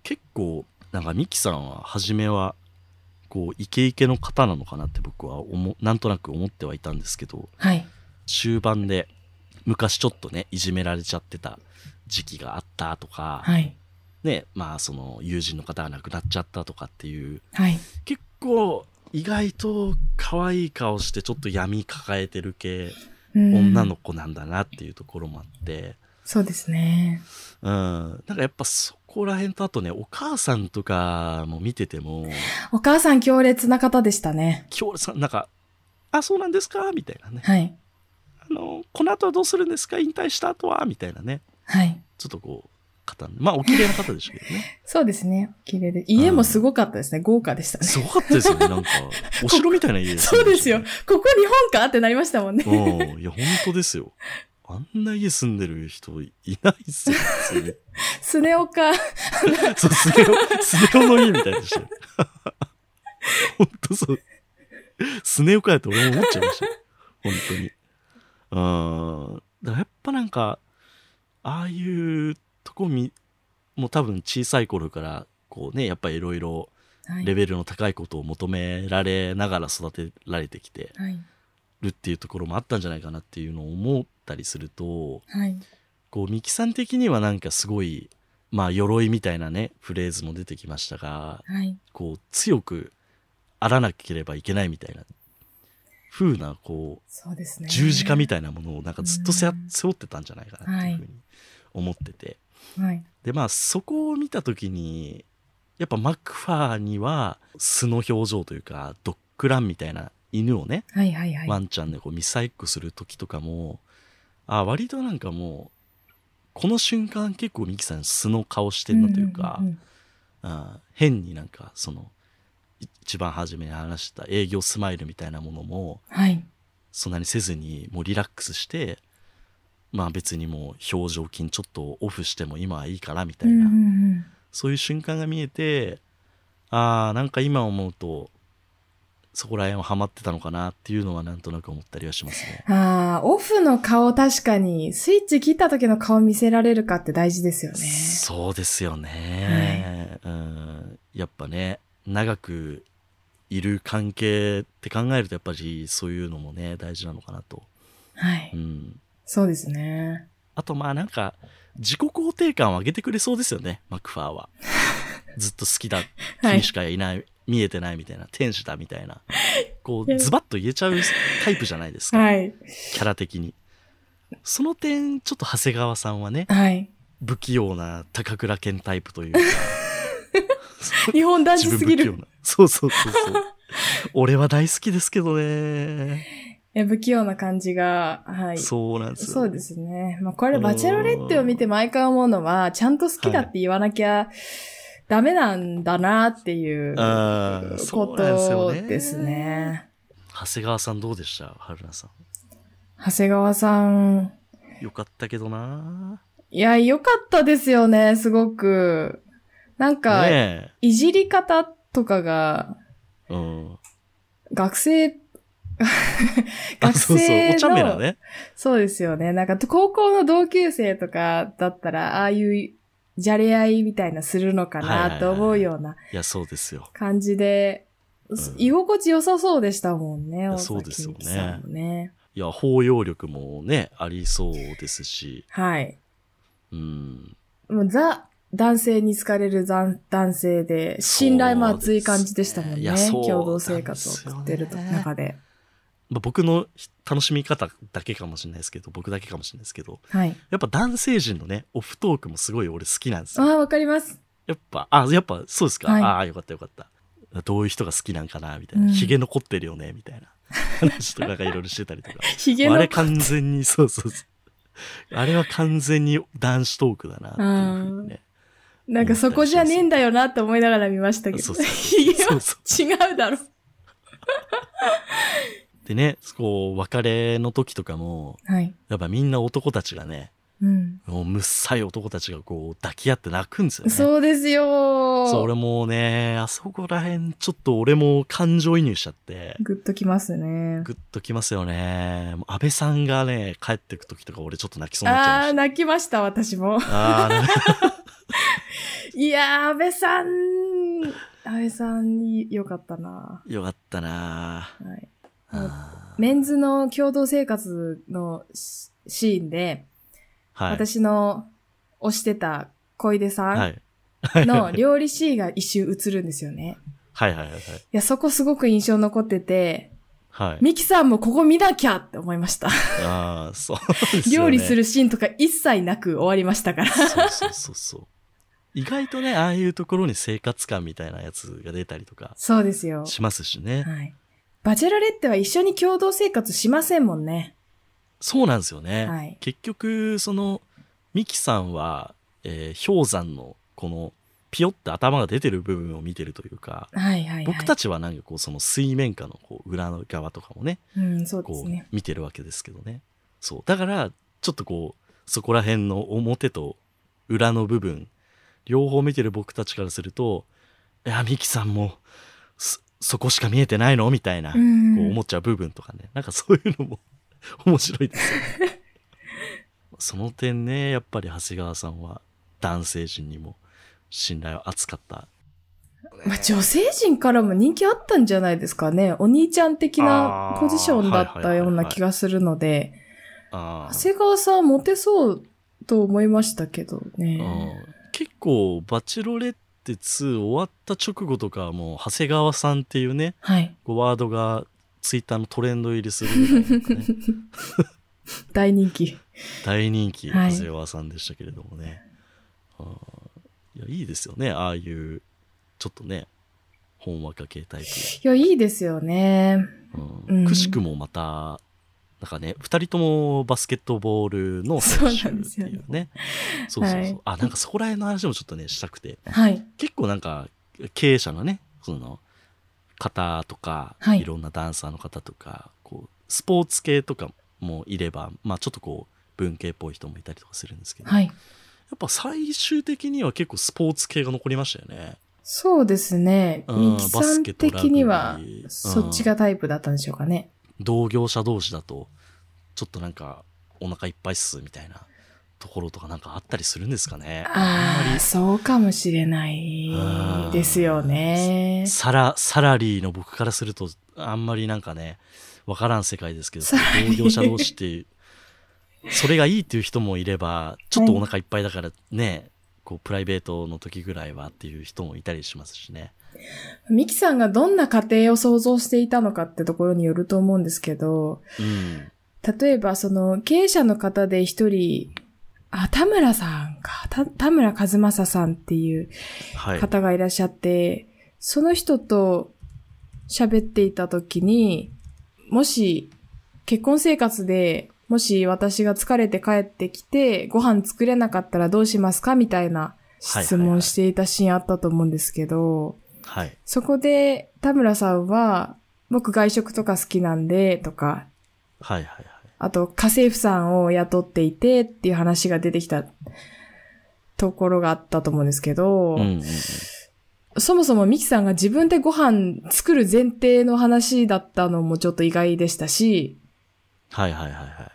結構なんかミキさんは初めはこうイケイケの方なのかなって僕は思なんとなく思ってはいたんですけど
はい。
終盤で昔ちょっとねいじめられちゃってた時期があったとか、
はい。
ね、まあその友人の方が亡くなっちゃったとかっていう、
はい。
結構意外と可愛い顔してちょっと闇抱えてる系、
うん
女の子なんだなっていうところもあって、
そうですね。
うん、なんかやっぱそこら辺とあとね、お母さんとかも見てて も、
お母さん強烈な方でしたね。
今日さん、なんか、あ、そうなんですかみたいなね。
はい。
あの、この後はどうするんですか引退した後はみたいなね。
はい。
ちょっとこう、方、まあお綺麗な方でしたけど ね。
そうですね。綺麗で。家もすごかったですね。豪華でしたね。
すごかったですよね、 なんか。お城みたいな家
そうですよ。ここ日本かってなりましたもんね。
うん。いや、本当ですよ。あんな家住んでる人いないっすよ、普通
スネオか。
に。 そう、スネ夫、スネ夫の家みたいでしたよ。 本当そう。スネ夫かよって俺も思っちゃいましたよ。本当に。うん。だからやっぱなんか、ああいうとこみ、もう多分小さい頃から、こうね、やっぱいろいろ
はい
レベルの高いことを求められながら育てられてきて
はい。
るっていうところもあったんじゃないかなっていうのを思ったりすると、
はい。
こう、ミキさん的にはなんかすごい、まあ、鎧みたいなね、フレーズも出てきましたが、
はい。
こう、強くあらなければいけないみたいな、風な、こ
そうです
う、
ね。
十字架みたいなものをなんかずっと背,、
うん
背負ってたんじゃないかなっていうふうに思ってて。
はい。
で、まあ、そこを見たときに、やっぱマクファーには素の表情というか、ドッグランみたいな犬をね、
はいはいはい。
ワンちゃんでこうミサイクする時とかも、あ割となんかもう、この瞬間結構ミキさん素の顔してるなというか、
んんん
あ変になんかその、い一番初めに話した営業スマイルみたいなものも、
はい。
そんなにせずにもうリラックスして、まあ別にもう表情筋ちょっとオフしても今はいいからみたいな、
うんうんうん
そういう瞬間が見えて、ああ、なんか今思うと、そこら辺はハマってたのかなっていうのはなんとなく思ったりはしますね。
ああ、オフの顔確かに、スイッチ切った時の顔見せられるかって大事ですよね。
そうですよね、うん。やっぱね、長くいる関係って考えると、やっぱりそういうのもね、大事なのかなと。
は
う
い。
ん。
そうですね。
あと、まあなんか、自己肯定感を上げてくれそうですよね、マクファー は。ずっと好きだ、
は
君
い。
しかいない、見えてないみたいな、天使だみたいな。こ、
いうや
ズバッと言えちゃうタイプじゃないですか、
はい。
キャラ的に。その点、ちょっと長谷川さんはね、
はい。
不器用な高倉健タイプ というか。
日本男子
自
す
分不
ぎ
器用
る。
な。そうそうそうそう。 俺は大好きですけどね。
いや、不器用な感じが、はい。
そうなんですよ。
そうですね。まあ、これ、
あのー
バチェロレッテを見て毎回思うのは、ちゃんと好きだって言わなきゃダメなんだなっていう
あーそう
こ
なんですよ
と
ね
ですね。
長谷川さんどうでした春菜さ
長谷川さん、
ん。よかったけどない
や、良かったですよね、すごく。なんか、
ね
いじり方とかが、
え。うん。
学生、
あ、
学
そうそう。
生
お
の
茶目なね。
そうですよね。なんか、高校の同級生とかだったら、ああいう、じゃれ合いみたいなするのか
はいはいは
ないと思うようない
や、そうですよ。
感じで、
ん
居心地良さそうでしたもんね。
や
大
そう
崎
ですよね
美紀さんもね。
いや、包容力もね、ありそうですし。
はい。
うん。
もうザ、男性に好かれる男男性で、信頼も厚い感じでしたも
い
んね。
やそう
共同生活を送ってる
なんですよね
中で。
まあ、僕の楽しみ方だけかもしれないですけど、僕だけかもしれないですけど、
はい。
やっぱ男性陣のね、オフトークもすごい俺好きなんです
あ
よ。
あ、わかります。
やっぱ、あ、やっぱそうですか。
はい
ああ、よかったよかった。どういう人が好きなんかなみたいうな。
ん
ヒゲ残ってるよねみたい な話とかがいろいろしてたりとか。
ヒゲ
あ
の
れ。完全に、そうそうそう。あれは完全に男子トークだなっていうふうにね。
なんかそこじゃねえんだよなって思いながら見ましたけど。
そうそう
いや
そうそ
違うだろ。
う。でね、こう、別れの時とかも、
はい。
やっぱみんな男たちがね、
うん。
もうむっさい男たちがこう抱き合って泣くんですよね。
そうですよ
そう、俺もね、あそこら辺、ちょっと俺も感情移入しちゃって、
グッときますね。
ぐっときますよね。もう安倍さんがね、帰ってく時とか俺ちょっと泣きそうになっち
あ
ゃ
あ
い
ー、
ま
泣きました、私も。
した。あー
いやー、安倍さん、安倍さんに良かったな。
よかった な
はい。
あー
メンズの共同生活のシシーンで、
はい。
私の推してた小出
は
さ
い。
んの料理シーンが一瞬映るんですよね。
はいはいはいはい。
いや、そこすごく印象残ってて、
はい。
ミキさんもここ見なきゃって思いました。
ああ、そうですよね
料理す。るシーンとか一切なく終わりましたから。
そうそうそうそう。意外とね、ああいうところに生活感みたいなやつが出たりとか
そうですよ。
しますしね。
はい。バチェラレッテは一緒に共同生活しませんもんね。
そうなんですよね。
はい。
結局そのミキさんは、えー氷山のこのピヨって頭が出てる部分を見てるというか
はいはい、はい。
僕たちはなんかこうその水面下のこう裏側とかもね
うん、そうです
こ
ね。
う見てるわけですけどねそうだからちょっとこうそこら辺の表と裏の部分両方見てる僕たちからするといやミキさんもそそこしか見えてないのみたいな、
うん
こう思っちゃう部分とかね、なんかそういうのも 面白いですよね。 その点ね、やっぱり長谷川さんは男性陣にも信頼を厚かった。
まあ、女性陣からも人気あったんじゃないですかね。お兄ちゃん的なポジションだ
あーは
っ
いは
た
いはい
よ
は
う
い
な気がするので、
あ
長
ー
谷川さんモテそうと思いましたけどね。
うん結構、バチェロレッテ2終わった直後とかはもう、長谷川さんっていうね、
はい。
こうワードがツイッターのトレンド入りするぐらいなんか ね
大人気。
大人気、
は
長
い
谷川さんでしたけれどもね。あーいや、いいですよね、ああいう、ちょっとね、ほんわか系タイプ。
いや、いいですよね。
うん
うん
くしくもまた、なんかね、二人ともバスケットボールの選手っていうね。そ
そうう
そうそう。
なんですよねはい
あ、なんかそこら辺の話もちょっとね、したくて。
はい。
結構なんか、経営者のね、その、方とか、
はい
いろんなダンサーの方とか、こう、スポーツ系とかもいれば、まあちょっとこう、文系っぽい人もいたりとかするんですけど、や
はい。
っぱ最終的には結構スポーツ系が残りましたよね。
そうですね。
うん
ミキさん的には
バスケットラグビー、
そっちがタイプだったんでしょうかね。
同業者同士だとちょっとなんかお腹いっぱいっすみたいなところとかなんかあったりするんですかねん
あ
ま
あ、そうかもしれないですよね
り。サラサラリーの僕からするとあんまりなんかねわからん世界ですけど
サラリー
同業者同士っていうそれがいいっていう人もいればちょっとお腹いっぱいだからね、こうプライベートの時ぐらいはっていう人もいたりしますしね
ミキさんがどんな家庭を想像していたのかってところによると思うんですけど、
うん
例えばその経営者の方で一人、あ、田村さんか、た田村和正さんっていう
はい
方がいらっしゃって、その人と喋っていた時に、もし結婚生活で、もし私が疲れて帰ってきて、ご飯作れなかったらどうしますかみたいな質問していたシーンあったと思うんですけど、
はい
そこで田村さんは、僕外食とか好きなんで、とか、
はいはいはい
あと家政婦さんを雇っていてっていう話が出てきたところがあったと思うんですけど、
うんうんうん
そもそもミキさんが自分でご飯作る前提の話だったのもちょっと意外でしたし、
はいはいはいはい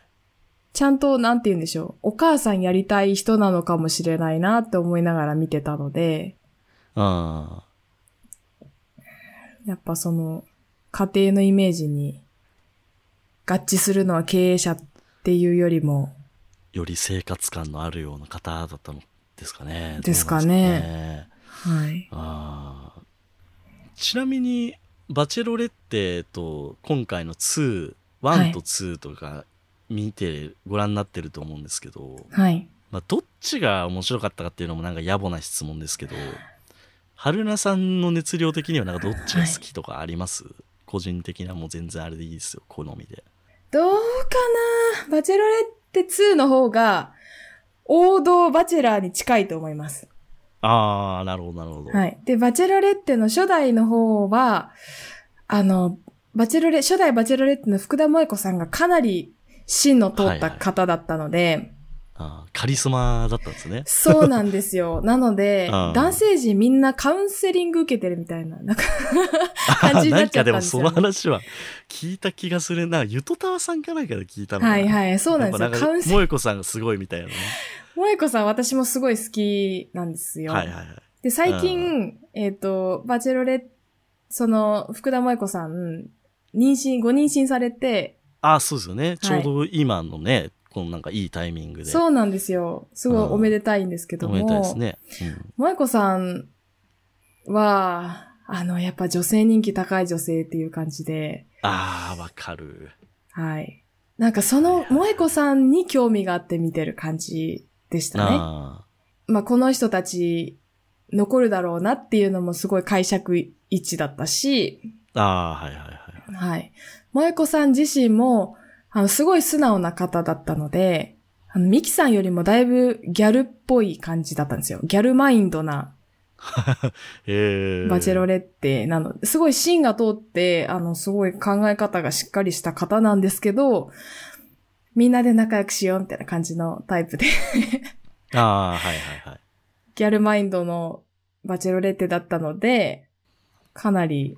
ちゃんと、なんて言うんでしょう。お母さんやりたい人なのかもしれないなって思いながら見てたので、
あ
やっぱその、家庭のイメージに合致するのは経営者っていうよりも、
より生活感のあるような方だったのですかね。
ですかね
どうなんですかね
はい。
あーちなみに、バチェロレッテと今回の2、1と2とか見てご覧になってると思うんですけど、
はい。
まあ、どっちが面白かったかっていうのもなんか野暮な質問ですけど、春菜さんの熱量的にはなんかどっちが好きとかあります、個人的なもう全然あれでいいですよ、好みで。
どうかなバチェロレッテ2の方が、王道バチェラーに近いと思います。
ああ、なるほど、なるほど。
はい。で、バチェロレッテの初代の方は、あの、バチェロレ、初代バチェロレッテの福田萌子さんがかなり芯の通った方だったので、
あーカリスマだったんですね。
そうなんで すよ。なので、
あー
男性陣みんなカウンセリング受けてるみたいな、なんか 感じになっちゃったんです よ、
なんかでもその話は聞いた気がするな。ゆとたわさんかなんかで聞いたのかな。
はいはい、そうなんです
や
よ。
っぱ
カウンセリング。
萌子さんがすごいみたいなね。
萌子さん私もすごい好きなんですよ。
はいはいはい。
で、最近、えっ、と、バチェロレ、その、福田萌子さん、妊娠、ご妊娠されて、
ああ、そうですよね。ちょうど今のね、このなんかいいタイミングで。
そうなんですよ。すごいおめでたいんですけど
お
も。
めでたいですね。うん
萌子さんは、あの、やっぱ女性人気高い女性っていう感じで、
ああ、わかる。
はい。なんかその萌子さんに興味があって見てる感じでしたね。
あ
まあ、この人たち残るだろうなっていうのもすごい解釈一致だったし、
あ、ああはいはいはい。
はい。萌子さん自身も、あの、すごい素直な方だったので、あの、ミキさんよりもだいぶギャルっぽい感じだったんですよ。ギャルマインドな
ええ
バチェロレッテなので、すごい芯が通って、あの、すごい考え方がしっかりした方なんですけど、みんなで仲良くしようみたいな感じのタイプで、
ああ、はいはいはい。
ギャルマインドのバチェロレッテだったので、かなり、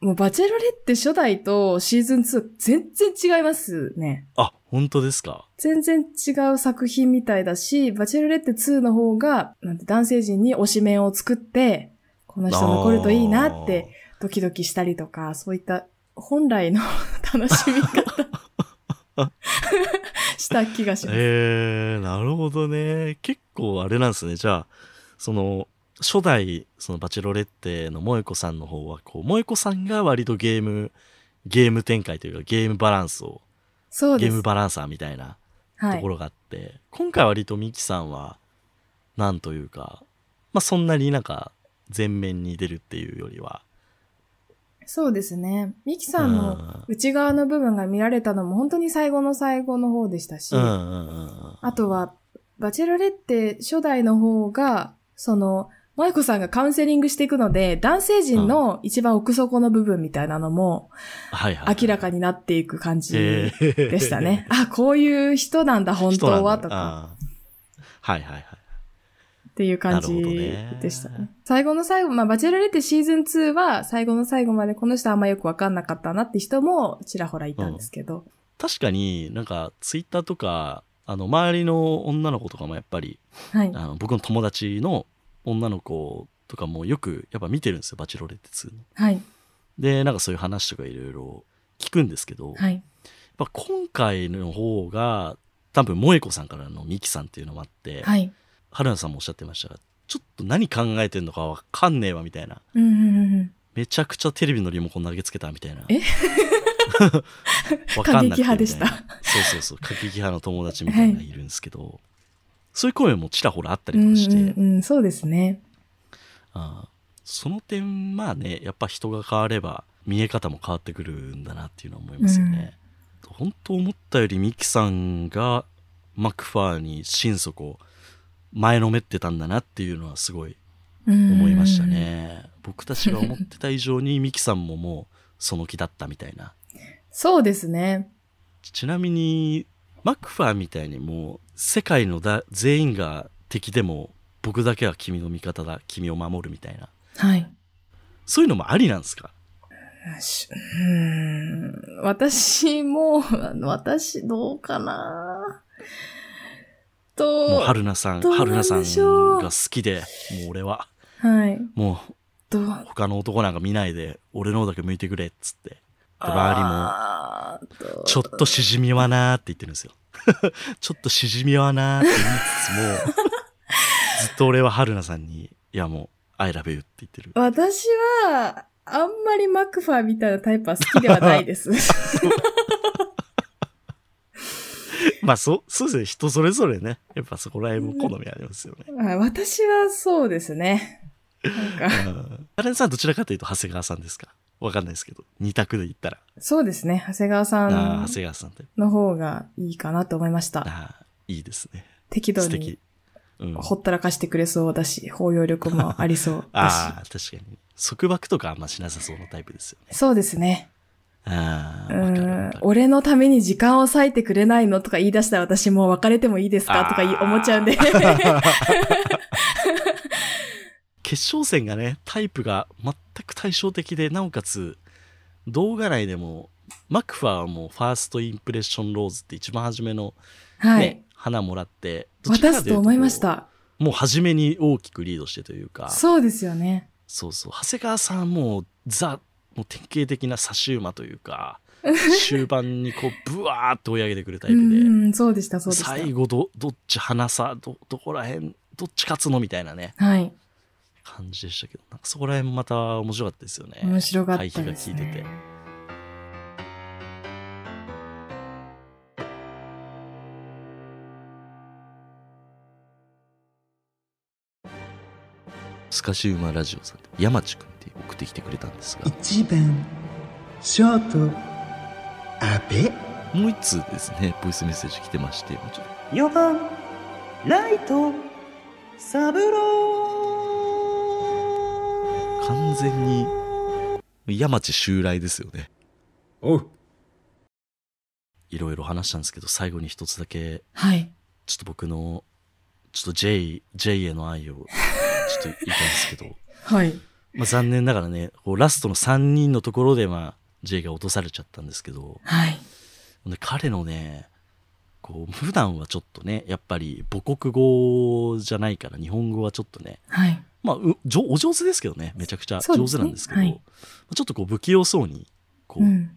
もうバチェロレッテ初代とシーズン2全然違いますね。
あ、本当ですか。
全然違う作品みたいだし、バチェロレッテ2の方が、なんて男性陣に推しメンを作って、この人残るといいなってドキドキしたりとか、そういった本来の 楽しみ方 した気が
あ
しま
ー。
す。
ええなるほどね。結構あれなんですね。じゃあ、その、初代、そのバチェロレッテの萌子さんの方は、こう、萌子さんが割とゲーム、ゲーム展開というか、ゲームバランスを、
そう
ゲ
で
ー
す
ム。バランサーみたいな
は
と
い
こ。ろがあって、今回割とミキさんは、なんというか、まあそんなになんか、前面に出るっていうよりは、
そうですね。ミキさん
う
の
ん
内側の部分が見られたのも本当に最後の最後の方でしたし、
うんうんうんうん。
あとは、バチェロレって初代の方が、その、萌子さんがカウンセリングしていくので、男性陣の一番奥底の部分みたいなのも
はいはい。
明らかになっていく感じ
え
で
ー
したね。。あ、こういう人なんだ、本当は、
人なんだ。
とか、
あーはいはいはい。
っていう感じ
なるほどね
でしたね。最後の最後、まあ、バチェロレってシーズン2は、最後の最後までこの人あんまよくわかんなかったなって人もちらほらいたんですけど。
確かになんかツイッターとか、あの周りの女の子とかもやっぱり、
はい。
あの僕の友達の女の子とかもよくやっぱ見てるんですよ、バチェロレッテ2の。
はい。
で、なんかそういう話とかいろいろ聞くんですけど、やっ
はい。
ぱ今回の方が、多分萌子さんからのミキさんっていうのもあって、
はい。
春菜さんもおっしゃってましたが、ちょっと何考えてんのかわかんねえわみたいな。
うんうんうんうん。
めちゃくちゃテレビのリモコン投げつけたみたいな。
え
わかんなくてみいな
過激派でした
そうそうそう。過激派の友達みたいなのがいるんですけど、そういう声もちらほらあったりとかして、
うんうんうん、そうですね。
ああその点、まあね、やっぱ人が変われば見え方も変わってくるんだなっていうのは思いますよね。本当思ったよりミキさんがマクファーに心底前のめってたんだなっていうのはすごい思
思
いました。ね。僕たちが思ってた以上 にミキさんももうその気だったみたいな。
そうですね。
ちなみに、マクファーみたいにもう世界のだ全員が敵でも僕だけは君の味方だ、君を守るみたいな。
はい。
そういうのもありなんですか
しうーん私も、 あの私、どうかな
もう
と、
春菜さん、
どうなん
春菜
で
さん
しょう
が好きで、もう俺は、
はい。
もう
どう、
他の男なんか見ないで、俺の方だけ向いてくれ、っつって。周
あーと
ちょっとしじみはなーって言ってるんですよ。 ちょっとしじみはなーって言いつつも、ずっと俺は春菜さんに、いやもう、I love you って言って る。
私は、あんまりマクファーみたいなタイプは好きではない です。
まあ、そう、そうですね。人それぞれね。やっぱそこら辺も好みありますよね。
はい私はそうですね。なんか、
うん春菜さんどちらかというと長谷川さんですかわかんないですけど。二択で言ったら。
そうですね。長谷川さ
ああ、
ん
長谷川さんって。
の方がいいかなと思いました。
ああ、いいですね。
適度
素
に
敵。うん、
ほったらかしてくれそうだし、包容力もありそうだし。
ああ、確かに。束縛とかあんましなさそうなタイプですよね。
そうですね。
あ
う
あ、わかるわ
ん
かる。
俺のために時間を割いてくれないのとか言い出したら私もう別れてもいいですかとか言い
あー
思っちゃう んで。
決勝戦がね、タイプが全く対照的で、なおかつ、動画内でも、マクファーはもうファーストインプレッションローズって一番初めの、ね
はい。
花もらって、どっちか
渡
って
す
う
と思いまし。た。
もう初めに大きくリードしてというか、
そうですよね。
そうそう、長谷川さんもうザ、もう典型的な差し馬という か、終盤にこう、ブワーって追い上げてくるタイ
う
プで。
ん、そうでした、そうでした。
最後どどっち離さどどこら辺どっち勝つのみたいなね
はい。
感じでしたけどなんかそこら辺また面白かったですよね
面白かったです、
対比が効いて
ね
て。スカシウマラジオさんで山地君って送ってきてくれたんですが
1番ショート阿部
もう一通ですねボイスメッセージ来てましてもうちょっと
4番ライトサブロー
完全に山地襲来ですよね
おう
いろいろ話したんですけど最後に一つだけ
はい。
ちょっと僕の、ちょっと J、J への愛を、ちょっと言いたいんですけ ど、
はい。
まあ残念ながらね、こうラストの3人のところで、まあ、J が落とされちゃったんですけど、
はい。
で彼のね、こう、普段はちょっとね、やっぱり母国語じゃないから、日本語はちょっとね、
はい。
まあ、うじょお上手ですけどね、めちゃくちゃ
そう
上
です
手
ね
なんですけど、
はい
まあちょっとこう、不器用そうに、こ
う
う、
ん。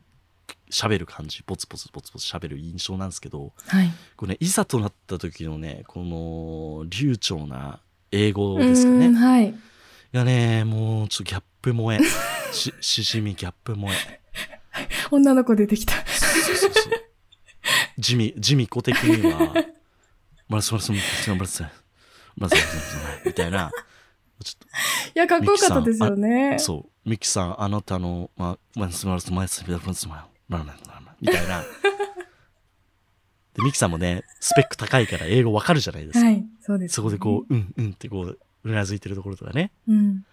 喋る感じ、ポツポツポツポツ喋る印象なんですけど、
はい。
これ、ね、いざとなった時のね、この流暢な英語
そ
ですかね。い
はい。
やね、もうちょっとギャップ萌え。し、しじみギャップ萌え。
女の子出てきた。
そうそうそう。ジミ、ジミ子的には、まあ、そらそらそら、まあ、そらまあそらそらみたいな。ちょ
いや、かっこよかったですよ
っ
ね
と、。そう、ミキさん、あなたの、まあ、まあ、そらそらまあそらそらそらまあまあまあまあみたいな。で、ミキさんもね、スペック高いから英語わかるじゃないですか。
はい。そうです、
そこでこう、うんうんってこう、うなずいてるところとかね。
う。うん。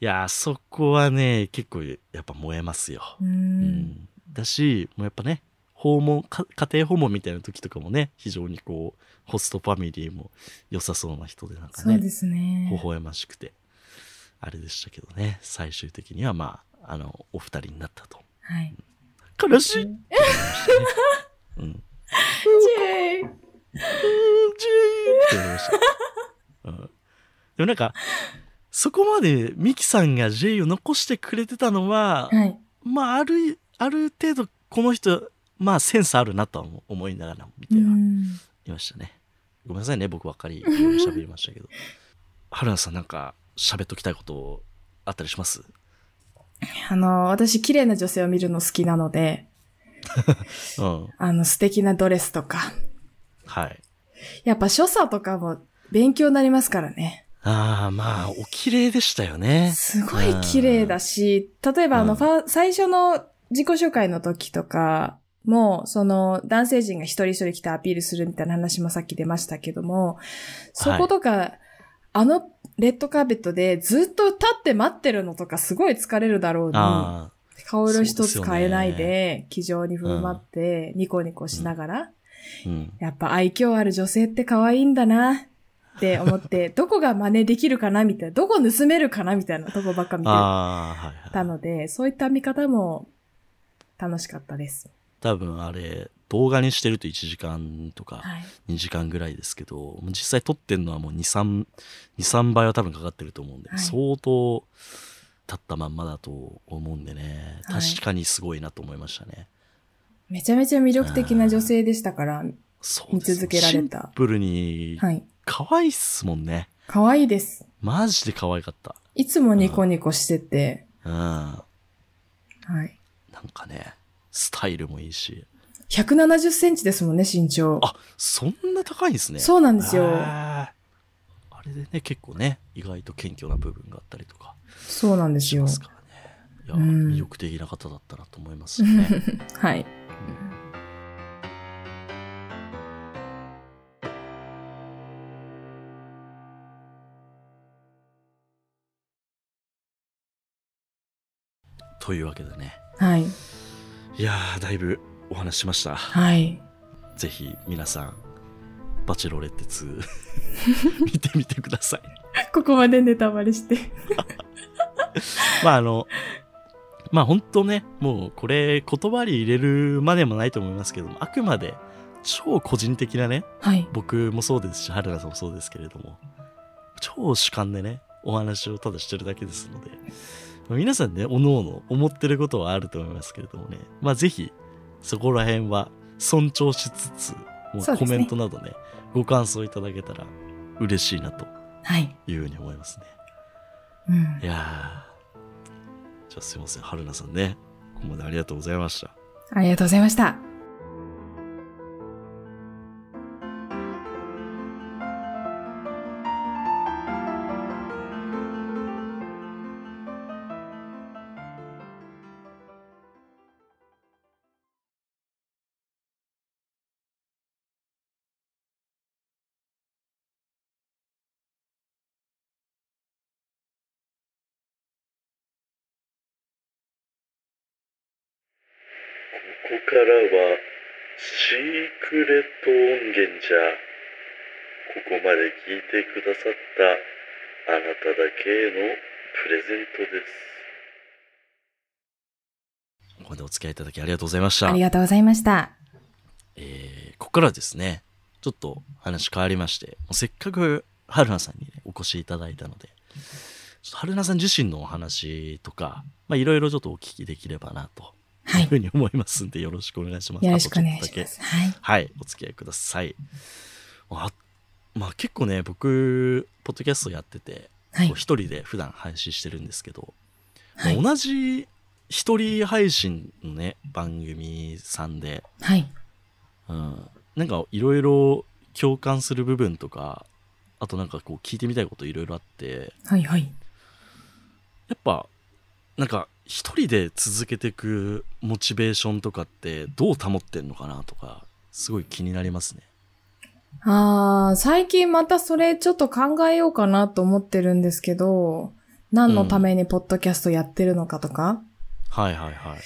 いやー、そこはね、結構やっぱ燃えますよ。
う。
うんだし、もうやっぱね、訪問か、家庭訪問みたいな時とかもね、非常にこう、ホストファミリーも良さそうな人でなんか
そう
ね、
ですね。
微笑ましくて、あれでしたけどね、最終的にはまあ、あの、お二人になったと。
はい。
悲しい、
う
ね
ん、
うん。
ジェイ
ジーってなりました。 うん、でもなんか、そこまでミキさんが J を残してくれてたのは、
はい。
まあ、ある、ある程度、この人、まあ、センスあるなとは思いながら見て
う
は
ん。
いましたね。ごめんなさいね、僕ばっかりいろいろ喋りましたけ ど。春菜さんなんか、喋っときたいことあったりします
あの、私、綺麗な女性を見るの好きなので、
うん。
あの、素敵なドレスとか。
はい。
やっぱ所作とかも勉強になりますからね。
ああ、まあ、お綺麗でしたよね。
すごい綺麗だし、例えばあ
う
の、
ん
ファ最初の自己紹介の時とかも、その、男性陣が一人一人来てアピールするみたいな話もさっき出ましたけども、そことか、あの、レッドカーペットでずっと立って待ってるのとかすごい疲れるだろうに、
あ
顔色一つ
そうですよね
変えないで、気丈に振る舞って、ニコニコしながら、
あ、うん。
やっぱ愛嬌ある女性って可愛いんだなって 思って、どこが真似できるかなみたいな、どこ盗めるかなみたいなとこばっか見て
ああ、はいはい。
たので、そういった見方も楽しかったです。
多分あれ動画にしてると1時間とか
はい。
2時間ぐらいですけど、もう実際撮ってるのはもう23倍は多分かかってると思うんで、
はい
相当経ったまんまだと思うんでね
はい
確かにすごいなと思いましたね、
めちゃめちゃ魅力的な女性でしたから、
そうです
見続けられた
シンプルに
はい。
可愛いっすもんね
可愛いです。
マジで可愛かった
いつもニコニコしてて、
うんな
はい。
んかねスタイルもいいし
170センチですもんね、身長。
あそんな高いんですね
そうなんですよ。
あーあれでね結構ね意外と謙虚な部分があったりとか
そうなんです
し
よ
ま。すからね。いや、
うん
魅力的な方だったなと思いますよね。
はい。
というわけでね
はい。
いやーだいぶお話ししました
はい。
ぜひ皆さん「バチェロレッテ2」見 てみてください
ここまでネタバレして。
まああの、まあ本当ね、もうこれ言葉に入れるまでもないと思いますけども、あくまで超個人的なね、
はい。
僕もそうですし、春菜さんもそうですけれども、超主観でね、お話をただしてるだけですので、皆さんね、おのおの思ってることはあると思いますけれどもね、まあぜひ、そこら辺は尊重しつつ、も
そう
う
です
コ
ね
メントなどね、ご感想いただけたら嬉しいなと
はい。
いうふうに思いますね。
うん
い。やーじゃあすいません、春菜さんね。ここまでありがとうございました。
ありがとうございました。
ここからはシークレット音源じゃここまで聞いてくださったあなただけへのプレゼントです
ここまでお付き合いいただきありがとうございました
あり。がとうございました。
えー、ここからはですね、ちょっと話変わりまして、もうせっかく春菜さんにね、お越しいただいたので、ちょっと春菜さん自身のお話とか、まあいろいろちょっとお聞きできればなと
はい
いうふ。うに思いますんで、よろしくお願いします。
よろしくお願
あ
い
と
し
ちょっとだけ
ます。はい。
はい、お付き合いください。あまあ結構ね、僕、ポッドキャストやってて、
はい
こう。一人で普段配信してるんですけど、まあ
はい。
同じ一人配信のね番組さんで、
はい。
うん、なんかいろいろ共感する部分とかあとなんかこう聞いてみたいこといろいろあって
はい。はい。
やっぱなんか一人で続けていくモチベーションとかってどう保ってんのかなとかすごい気になりますね。
あー、最近またそれちょっと考えようかなと思ってるんですけど、何のためにポッドキャストやってるのかとか。
はいはいはい。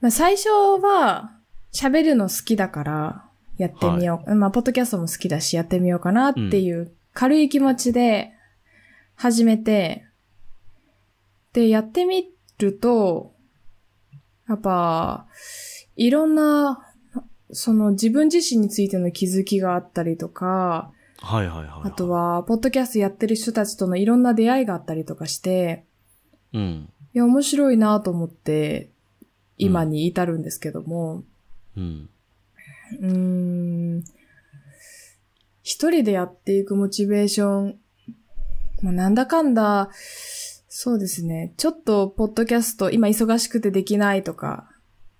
まあ最初は喋るの好きだからやってみよう。まあ、ポッドキャストも好きだしやってみようかなっていう軽い気持ちで始めて、で、やってみると、やっぱ、いろんな、その自分自身についての気づきがあったりとか、
はいはいはい、はい。
あと、は、ポッドキャストやってる人たちとのいろんな出会いがあったりとかして、
うん。
いや、面白いなと思って、今に至るんですけども、
うん。
うーん一人でやっていくモチベーション、まあ、なんだかんだ、そうですね。ちょっと、ポッドキャスト、今忙しくてできないとか、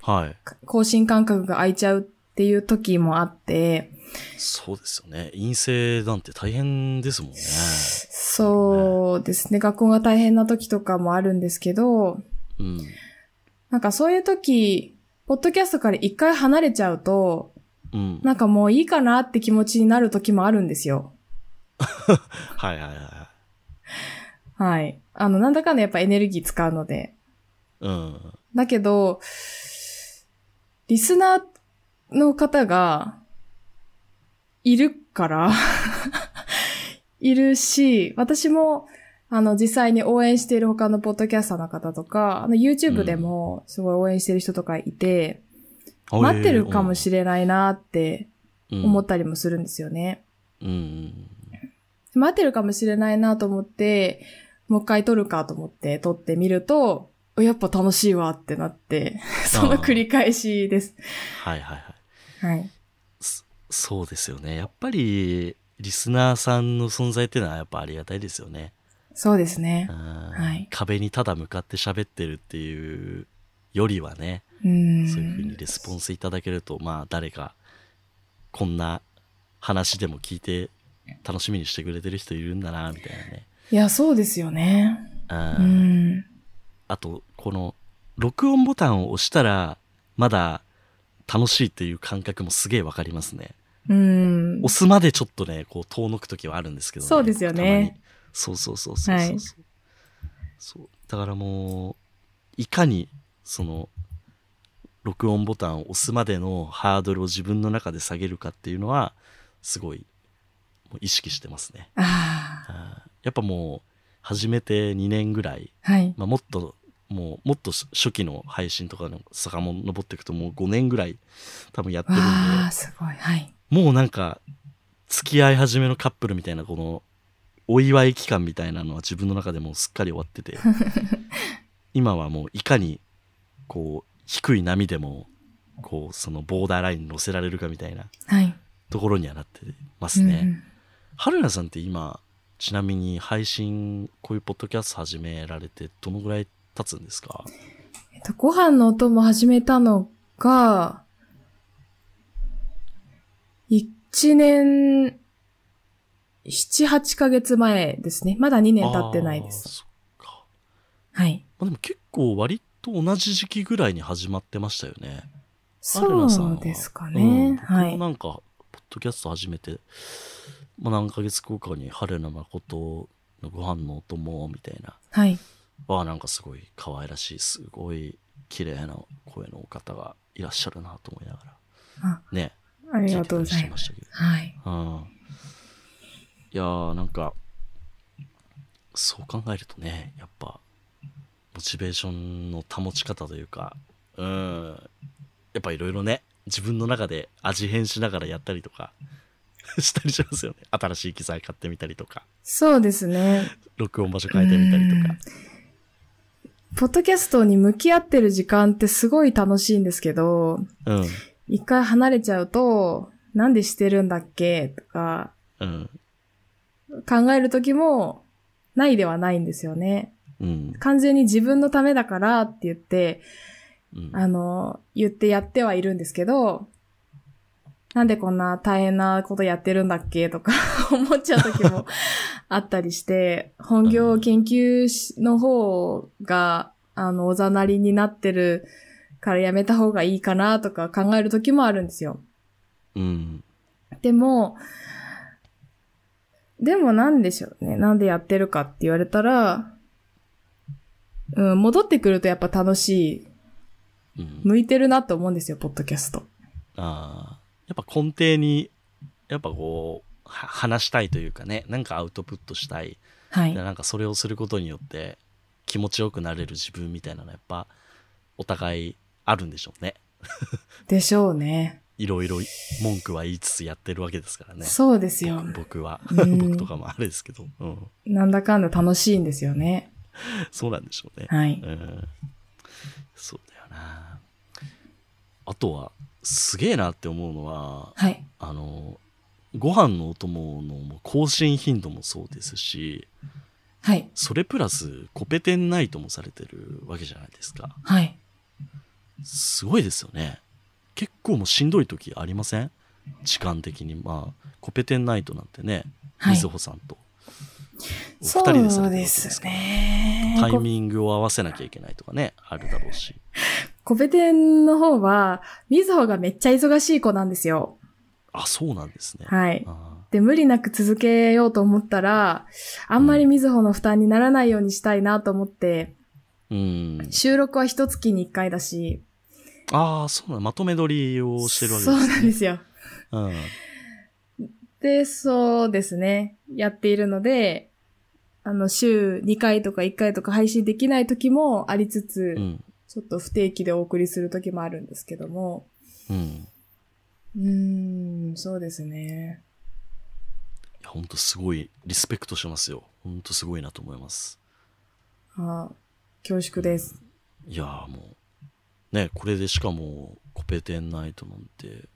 はい。
か更新間隔が空いちゃうっていう時もあって、
そうですよね。陰性なんて大変ですもんね。
そうですね。学校が大変な時とかもあるんですけど、
うん。
なんかそういう時、ポッドキャストから一回離れちゃうと、
うん。
なんかもういいかなって気持ちになる時もあるんですよ。
はいはいはいはい。
はい。あの、なんだかんだやっぱエネルギー使うので。
うん。
だけど、リスナーの方が、いるから、 いるし、私も、あの、実際に応援している他のポッドキャスターの方とか、あの、YouTube でもすごい応援している人とかいて、待ってるかもしれないなって
れ
思ったりもするんですよね。
うん。うん。
待ってるかもしれないなと思って、もう一回撮るかと思って撮ってみると、やっぱ楽しいわってなって、その繰り返しです。
はいはいはい。
はい。
そそうですよね。やっぱり、リスナーさんの存在っていうのはやっぱありがたいですよね。
そうですね
う。ん
はい
壁にただ向かって喋ってるっていうよりはね、
うん。
そういうふうにレスポンスいただけると、まあ誰か、こんな話でも聞いて楽しみにしてくれてる人いるんだな、みたいなね。
いや、そうですよね。
うん
うん。
あと、この、録音ボタンを押したら、まだ楽しいっていう感覚もすげえわかりますね。
うん。
押すまでちょっとね、こう遠のくときはあるんですけど、
そうですよね
たまに。そうそうそうそうそうそう、
はい
そう。だからもう、いかにその録音ボタンを押すまでのハードルを自分の中で下げるかっていうのはすごいもう意識してますね。
ああ、
あーやっぱもう始めて2年ぐらい、
はい。
まあ、もっともうもっと初初期の配信とかの坂も登っていくともう5年ぐらい多分やってるんで
わあ、すごい。はい。
もうなんか付き合い始めのカップルみたいなこのお祝い期間みたいなのは自分の中でもうすっかり終わって て今はもういかにこう低い波でもこうそのボーダーラインに乗せられるかみたいな
はい。
ところにはなってます
うんう
ね。
ん
春菜さんって今ちなみに配信こういうポッドキャスト始められてどのぐらい経つんですか
えっと、ご飯のお供始めたのが、1年、7、8ヶ月前ですね。まだ2年経ってないで
あー
す。
そっか
はい。
まあ、でも結構割と同じ時期ぐらいに始まってましたよね。
そ
春菜さんは
うですかね。
うん
は
僕
い
も。なんか、ポッドキャスト始めて、まあ、何ヶ月後かに、春菜誠のご飯のお供みたいな、
はい。
わあ、なんかすごい可愛らしい、すごい綺麗な声のお方がいらっしゃるなと思いながら
あ、
ね、
あ
あ
りがとうございます。
したけど。
はい。
うん。いやー、なんか、そう考えるとね、やっぱ、モチベーションの保ち方というか、うん、やっぱいろいろね、自分の中で味変しながらやったりとか、 したりしますよね。新しい機材買ってみたりとか、
そうですね。
録音場所変えてみたりとか。
ポッドキャストに向き合ってる時間ってすごい楽しいんですけど、
うん、
一回離れちゃうと、なんでしてるんだっけとか、
うん、
考える時も、ないではないんですよね。
うん、
完全に自分のためだからって言って、
うん。
あの、言ってやってはいるんですけど、なんでこんな大変なことやってるんだっけとか 思っちゃう時もあったりして、本業研究しの方が、あの、おざなりになってるからやめた方がいいかなとか考える時もあるんですよ。
うん、
でも、でもなんでしょうね。なんでやってるかって言われたら、うん、戻ってくるとやっぱ楽しい。
うん。
向いてるなと思うんですよ、ポッドキャスト。
あーやっぱ根底に、やっぱこう、は話したいというかね、なんかアウトプットしたい。
はい
で。なんかそれをすることによって気持ちよくなれる自分みたいなのやっぱお互いあるんでしょうね。
でしょうね。
いろいろ文句は言いつつやってるわけですからね。
そうですよ。
僕僕は。
う ん
僕とかもあれですけど。うん。
なんだかんだ楽しいんですよね。
そうなんでしょうね。
はい。
うん。そうだよな。あとは、すげえなって思うのは、
はい。
あの、ご飯のお供のもう更新頻度もそうですし、
はい。
それプラスコペテンナイトもされてるわけじゃないですか。
はい。
すごいですよね。結構もうしんどい時ありません時間的に。まあ、コペテンナイトなんてね、
はい
みずほさんと。お二人でさ
そ
れてる
う
わけ
で
です
す
から
ね。
タイミングを合わせなきゃいけないとかね、あるだろうし。
コペテンの方は、みずほがめっちゃ忙しい子なんですよ。
あ、そうなんですね。
はい。
あ
で、無理なく続けようと思ったら、あんまりみずほの負担にならないようにしたいなと思って、
ーうん。
収録は一月に一回だし、
ああ、そうなんまとめ撮りをしてるわけ
そ
で
う
すね。
なんですよ。
うん。
で、そうですね。やっているので、あの、週2回とか1回とか配信できない時もありつつ、
うん。
ちょっと不定期でお送りする時もあるんですけども、
うん。
うーん、そうですね。
いや、ほんとすごい、リスペクトしますよ。ほんとすごいなと思います。
あ恐縮です。
いやーもう、ね、これでしかも、コペテンナイトなんて、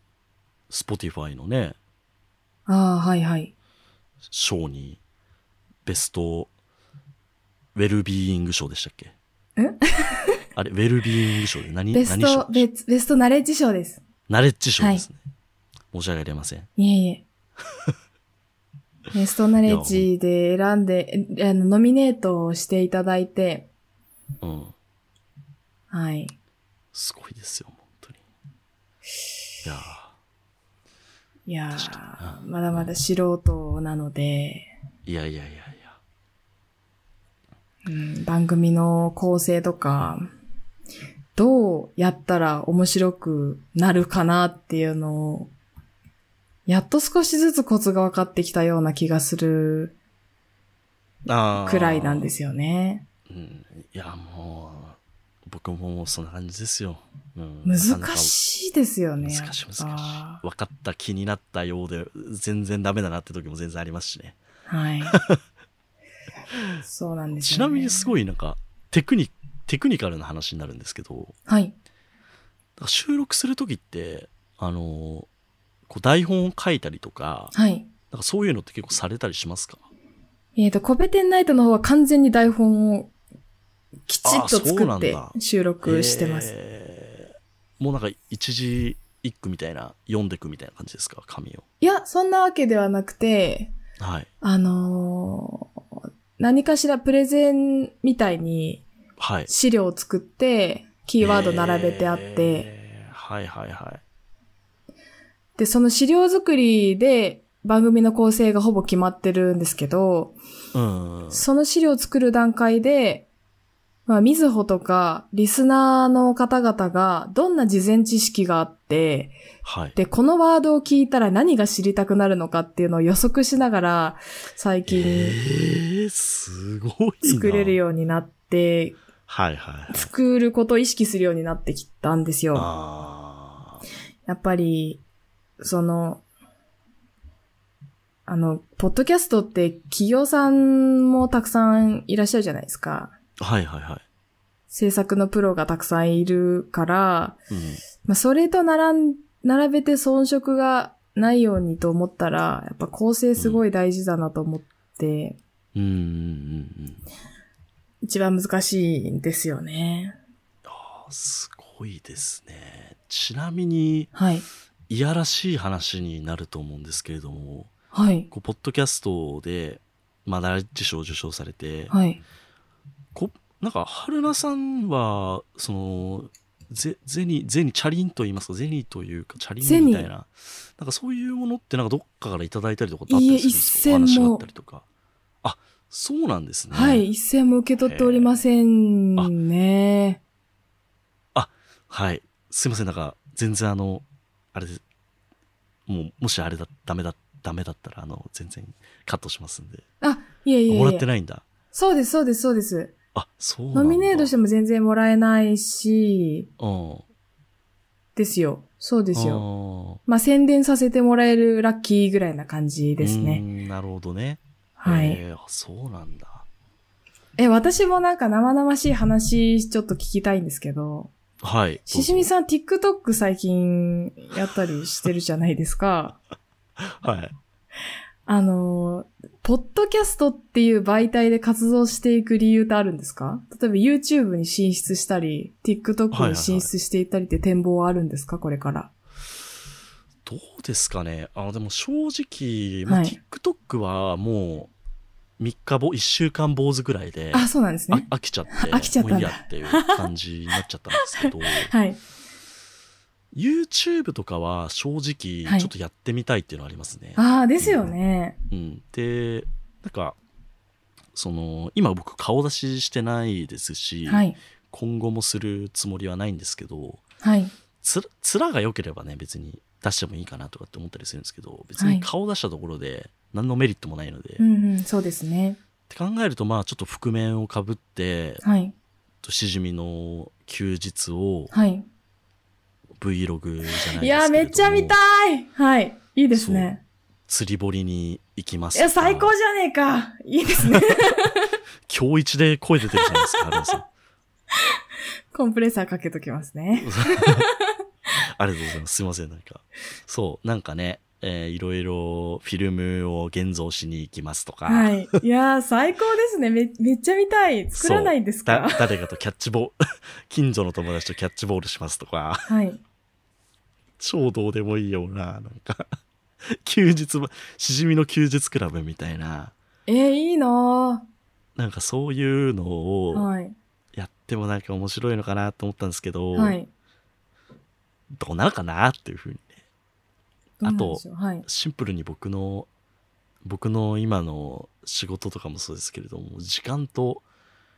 スポティファイのね、
ああ、はいはい。
賞に、ベスト、ウェルビーイング賞でしたっけ
ん
あれ、ウェルビーイング賞で何、
ベ
何
ス
賞
ト、
でし
ベ
た
ベストナレッジ賞です。
ナレッジ賞ですね。申し訳ありません。
い えいえ。ベストナレッジで選んで、えあの、ノミネートをしていただいて、
うん。
はい。
すごいですよ、本当に。いや
いや
確か
ー、
に
まだまだ素人なので、
ーいやいやいやいや。
うん番組の構成とか、どうやったら面白くなるかなっていうのを、やっと少しずつコツが分かってきたような気がする
あー
くらいなんですよね。
うん、いや、もう、僕ももうそんな感じですよ。うん、
難
なかなか
しいですよね。
難しい難しい。
やっぱ
分かった気になったようで、全然ダメだなって時も全然ありますしね。
はい。そうなんです
ち
よ、ね。
なみにすごいなんか、テクニ、テクニカルな話になるんですけど、
はい。
収録する時って、あの、こう台本を書いたりとか、
はい。
なんかそういうのって結構されたりしますか
えっ、と、コペテンナイトの方は完全に台本をきちっと
あそう
作
な
っ
ん
て
だ
収録してます。
えーもうなんか一字一句みたいな、読んでくみたいな感じですか紙を。
いや、そんなわけではなくて、
はい。
あのー何かしらプレゼンみたいに
はい。
資料を作って、キーワード並べてあって、
えーはいはいはい。
で、その資料作りで番組の構成がほぼ決まってるんですけど、
うん。
その資料を作る段階で、まあ、みずほとか、リスナーの方々が、どんな事前知識があって、
はい。
で、このワードを聞いたら何が知りたくなるのかっていうのを予測しながら、最
え
近
ー、すごいな。
作れる。ようになって、
はいはいはい。
作ることを意識するようになってきたんですよ。
あ
やっぱり、その、あの、ポッドキャストって企業さんもたくさんいらっしゃるじゃないですか。
ーはいはいは
制作のプロがたくさんいるから、
い。うん。
まあ、それと並ん、並べて遜色がないようにと思ったら、やっぱ構成すごい大事だなと思って、
うんうんうんうん。
一番難しいんですよね。
あーすごいですね。ちなみに、
はい。
いやらしい話になると思うんですけれども、
はい。
こうポッドキャストで、まあ、ナレッジ賞を受賞されて、
はい。
こなんか、春菜さんは、その、ゼゼニ、ゼニ、チャリンと言いますか、ゼニというか、チャリ
ゼ
ンみ
ニ
たいな、なんかそういうものって、なんかどっかからいただいたりとかってあった
いいえ
りするんですかお話
一銭
が
も
あったりとか。あ、そうなんですね。
はい。一銭も受け取っておりません
へーあ
ね。
はい。すいません、なんか、全然あの、あれです、もう、もしあれだ、ダメだ、ダメだったら、あの、全然カットしますんで。
あ、いえいえいえ。
もらってないんだ。
そうです、そうです、そうです。
あ、そうなんだ。
ノミネートしても全然もらえないし、
うん。
ですよ。そうですよ。
よ。
まあ、宣伝させてもらえるラッキーぐらいな感じです
う
ね。
ん。なるほどね。
は
え
い。
ーあそうなんだ。
え、私もなんか生々しい話ちょっと聞きたいんですけど、
はい。
ししみ
ん。
さん TikTok 最近やったりしてるじゃないですか。
はい。
あの、ポッドキャストっていう媒体で活動していく理由ってあるんですか例えば YouTube に進出したり、
はいは
TikTok
いは
に
い
進出していったりって展望はあるんですかこれから。
どうですかね。あの、でも正直、まあ
はい
TikTok はもう、3日ぼ、1週間坊主ぐらいで、
あ、そうなんですね。
あ飽きちゃって、
飽きちゃったん
もう
だ
いいやっていう感じになっちゃったんですけど、
はい。
YouTube とかは正直、
はい
ちょっとやってみたいっていうのはありますね。
ああ、ですよね。
うん。で、なんか、その、今僕顔出ししてないですし、
はい。
今後もするつもりはないんですけど、
はい。
つら、面が良ければね、別に出してもいいかなとかって思ったりするんですけど、別
は
に
い
顔出したところで何のメリットもないので、
う
っ
んうん、そうですね。
て考えると、まあちょっと覆面をかぶって、
はい。
としじみの休日を
はい。
Vlog じゃないですけれども
いやー、めっちゃ見たいはい。いいですね。
釣り堀に行きます
い
とか。
や、最高じゃねえかいいですね。
今日一で声出てるじゃないですか、春菜さ ん。
コンプレッサーかけときますね。
ありがとうございます。すいません、なんか。そう、なんかね、えーいろいろフィルムを現像しに行きますとか、
はい。いやー、最高ですね。め、めっちゃ見たい。作らないんです
だ
か
誰かとキャッチボール、 近所の友達とキャッチボールしますとか、
はい。
超どうでもいいような、なんか、休日ば、しじみの休日クラブみたいな、
えー、いいな
なんかそういうの
ー
を
はい。
やってもなんか面白いのかなと思ったんですけど、
はい。
どうなるかなっていうふうにね、
どうなんでしょうはい。
シンプルに僕の、僕の今の仕事とかもそうですけれども、時間と、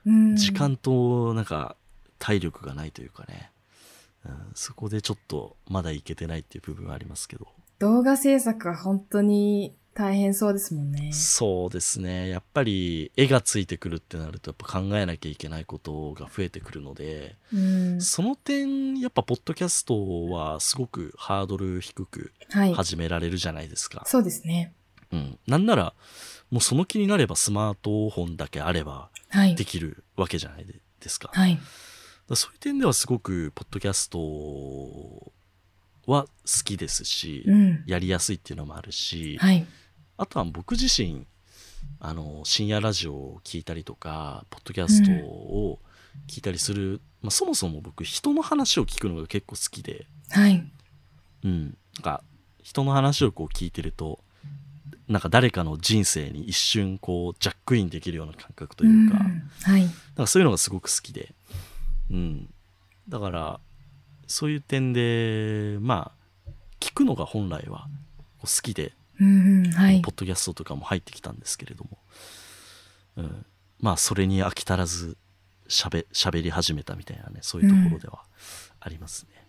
うん
時間となんか体力がないというかね、うん、そこでちょっとまだいけてないっていう部分はありますけど。
動画制作は本当に大変そうですもんね。
そうですね。やっぱり絵がついてくるってなるとやっぱ考えなきゃいけないことが増えてくるので、
うん、、
その点やっぱポッドキャストはすごくハードル低く始められるじゃないですか。はい
そうですね。
うん。なんならもうその気になればスマートフォンだけあればできるわけじゃないですか。
はい。
だそういう点ではすごくポッドキャストは好きですし、
うん、
やりやすいっていうのもあるし、
はい、
あとは僕自身あの深夜ラジオを聞いたりとかポッドキャストを聞いたりする、うん、まあ、そもそも僕人の話を聞くのが結構好きで、
はい
うん、なんか人の話をこう聞いてるとなんか誰かの人生に一瞬こうジャックインできるような感覚というか,、
うん、はい、なん
かそういうのがすごく好きで、うん、だからそういう点で、まあ、聞くのが本来は好きで、
うんうんはい、
ポッドキャストとかも入ってきたんですけれども、うん、まあ、それに飽き足らずしゃべ、しゃべり始めたみたいなね、そういうところではありますね。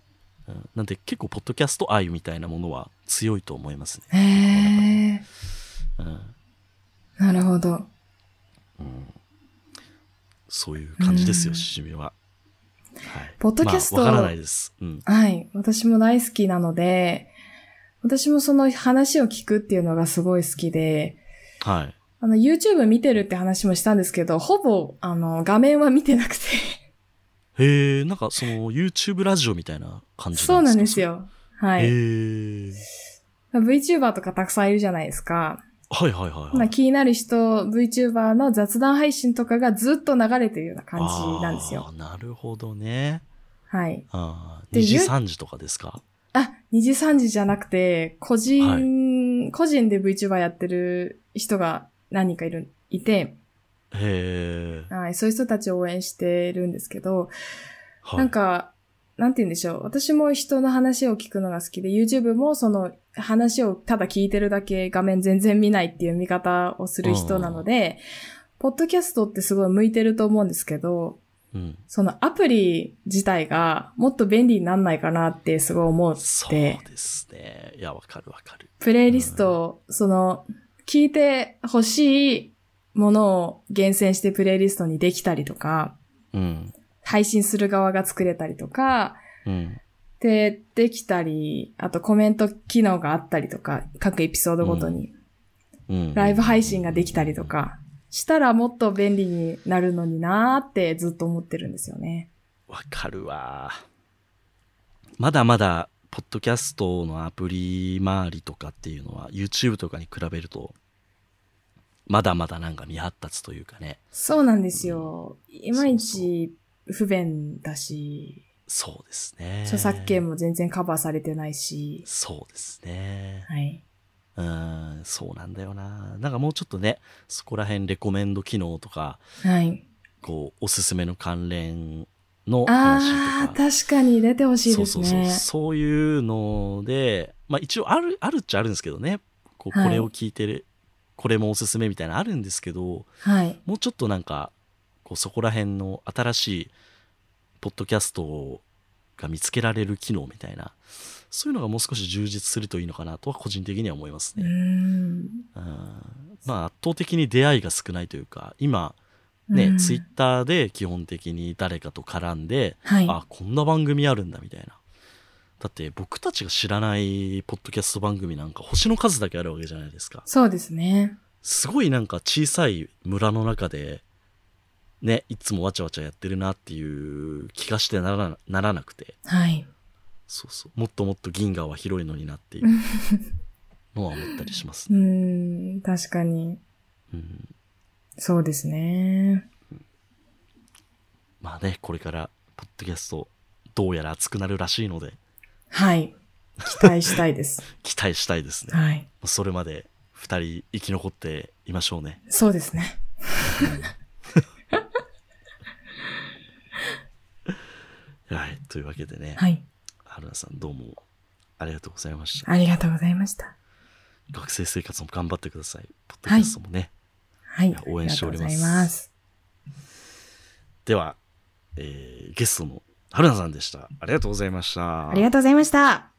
うん、うん、なんで結構、ポッドキャスト愛みたいなものは強いと思います
ね。
へ、えー、うん、
なるほど、
うん。そういう感じですよ、しじみは。
はい、ポッドキャスト、
まあ、からないです、うん、
はい。私も大好きなので、私もその話を聞くっていうのがすごい好きで、
はい。
あの、YouTube 見てるって話もしたんですけど、ほぼ、あの、画面は見てなくて
へえ、なんかその YouTube ラジオみたいな感じです
かそうなんですよ。はい。へ
え。
VTuber とかたくさんいるじゃないですか。
はいはいはい、はい、まあ、
気になる人、VTuber の雑談配信とかがずっと流れてるような感じなんですよ。
なるほどね。
はい。
あ2時3時とかですか
あ、2時3時じゃなくて、個人、はい、個人で VTuber やってる人が何人かいる、いて、
へ
はい、そういう人たちを応援してるんですけど、はい、なんか、なんて言うんでしょう。私も人の話を聞くのが好きで、YouTube もその話をただ聞いてるだけ画面全然見ないっていう見方をする人なので、ポッドキャストってすごい向いてると思うんですけど、
うん、
そのアプリ自体がもっと便利になんないかなってすごい思って。
そうですね。いや、わかるわかる。
プレイリスト、うん、その、聞いて欲しいものを厳選してプレイリストにできたりとか、
うん、
配信する側が作れたりとか、
うん、
で、できたり、あとコメント機能があったりとか、各エピソードごとに、
うん、
ライブ配信ができたりとか、したらもっと便利になるのになーってずっと思ってるんですよね。
わかるわ。まだまだ、ポッドキャストのアプリ周りとかっていうのは、YouTube とかに比べると、まだまだなんか未発達というかね。
そうなんですよ。うん、いまいち不便だし。
そうですね。
著作権も全然カバーされてないし。
そうですね。
はい。
うん、そうなんだよな。なんかもうちょっとね、そこら辺レコメンド機能とか、
はい。
こう、おすすめの関連の話と
か。ああ、確かに出てほしいですね。
そうそうそう。そういうので、まあ一応ある、あるっちゃあるんですけどね。こう、これを聞いてる、はい、これもおすすめみたいなのあるんですけど、
はい。
もうちょっとなんか、こうそこら辺の新しいポッドキャストが見つけられる機能みたいなそういうのがもう少し充実するといいのかなとは個人的には思いますね。
うん
まあ圧倒的に出会いが少ないというか今ね、うん、ツイッターで基本的に誰かと絡んで、
はい、
あこんな番組あるんだみたいな。だって僕たちが知らないポッドキャスト番組なんか星の数だけあるわけじゃないですか。
そうですね。
すごいなんか小さい村の中でね、いつもわちゃわちゃやってるなっていう気がしてならならなくて。
はい。
そうそう。もっともっと銀河は広いのになっていうのは思ったりします
ね。うん、確かに。
うん、
そうですね、うん。
まあね、これから、ポッドキャスト、どうやら熱くなるらしいので。
はい。期待したいです。
期待したいですね。
はい。
それまで、二人生き残っていましょうね。
そうですね。
はい。というわけでね。
はい。
春菜さん、どうもありがとうございました。
ありがとうございました。
学生生活も頑張ってください。ポッドキャストもね。
はい。はい、
応援しております。
ます
では、えーゲストの春菜さんでした。ありがとうございました。
ありがとうございました。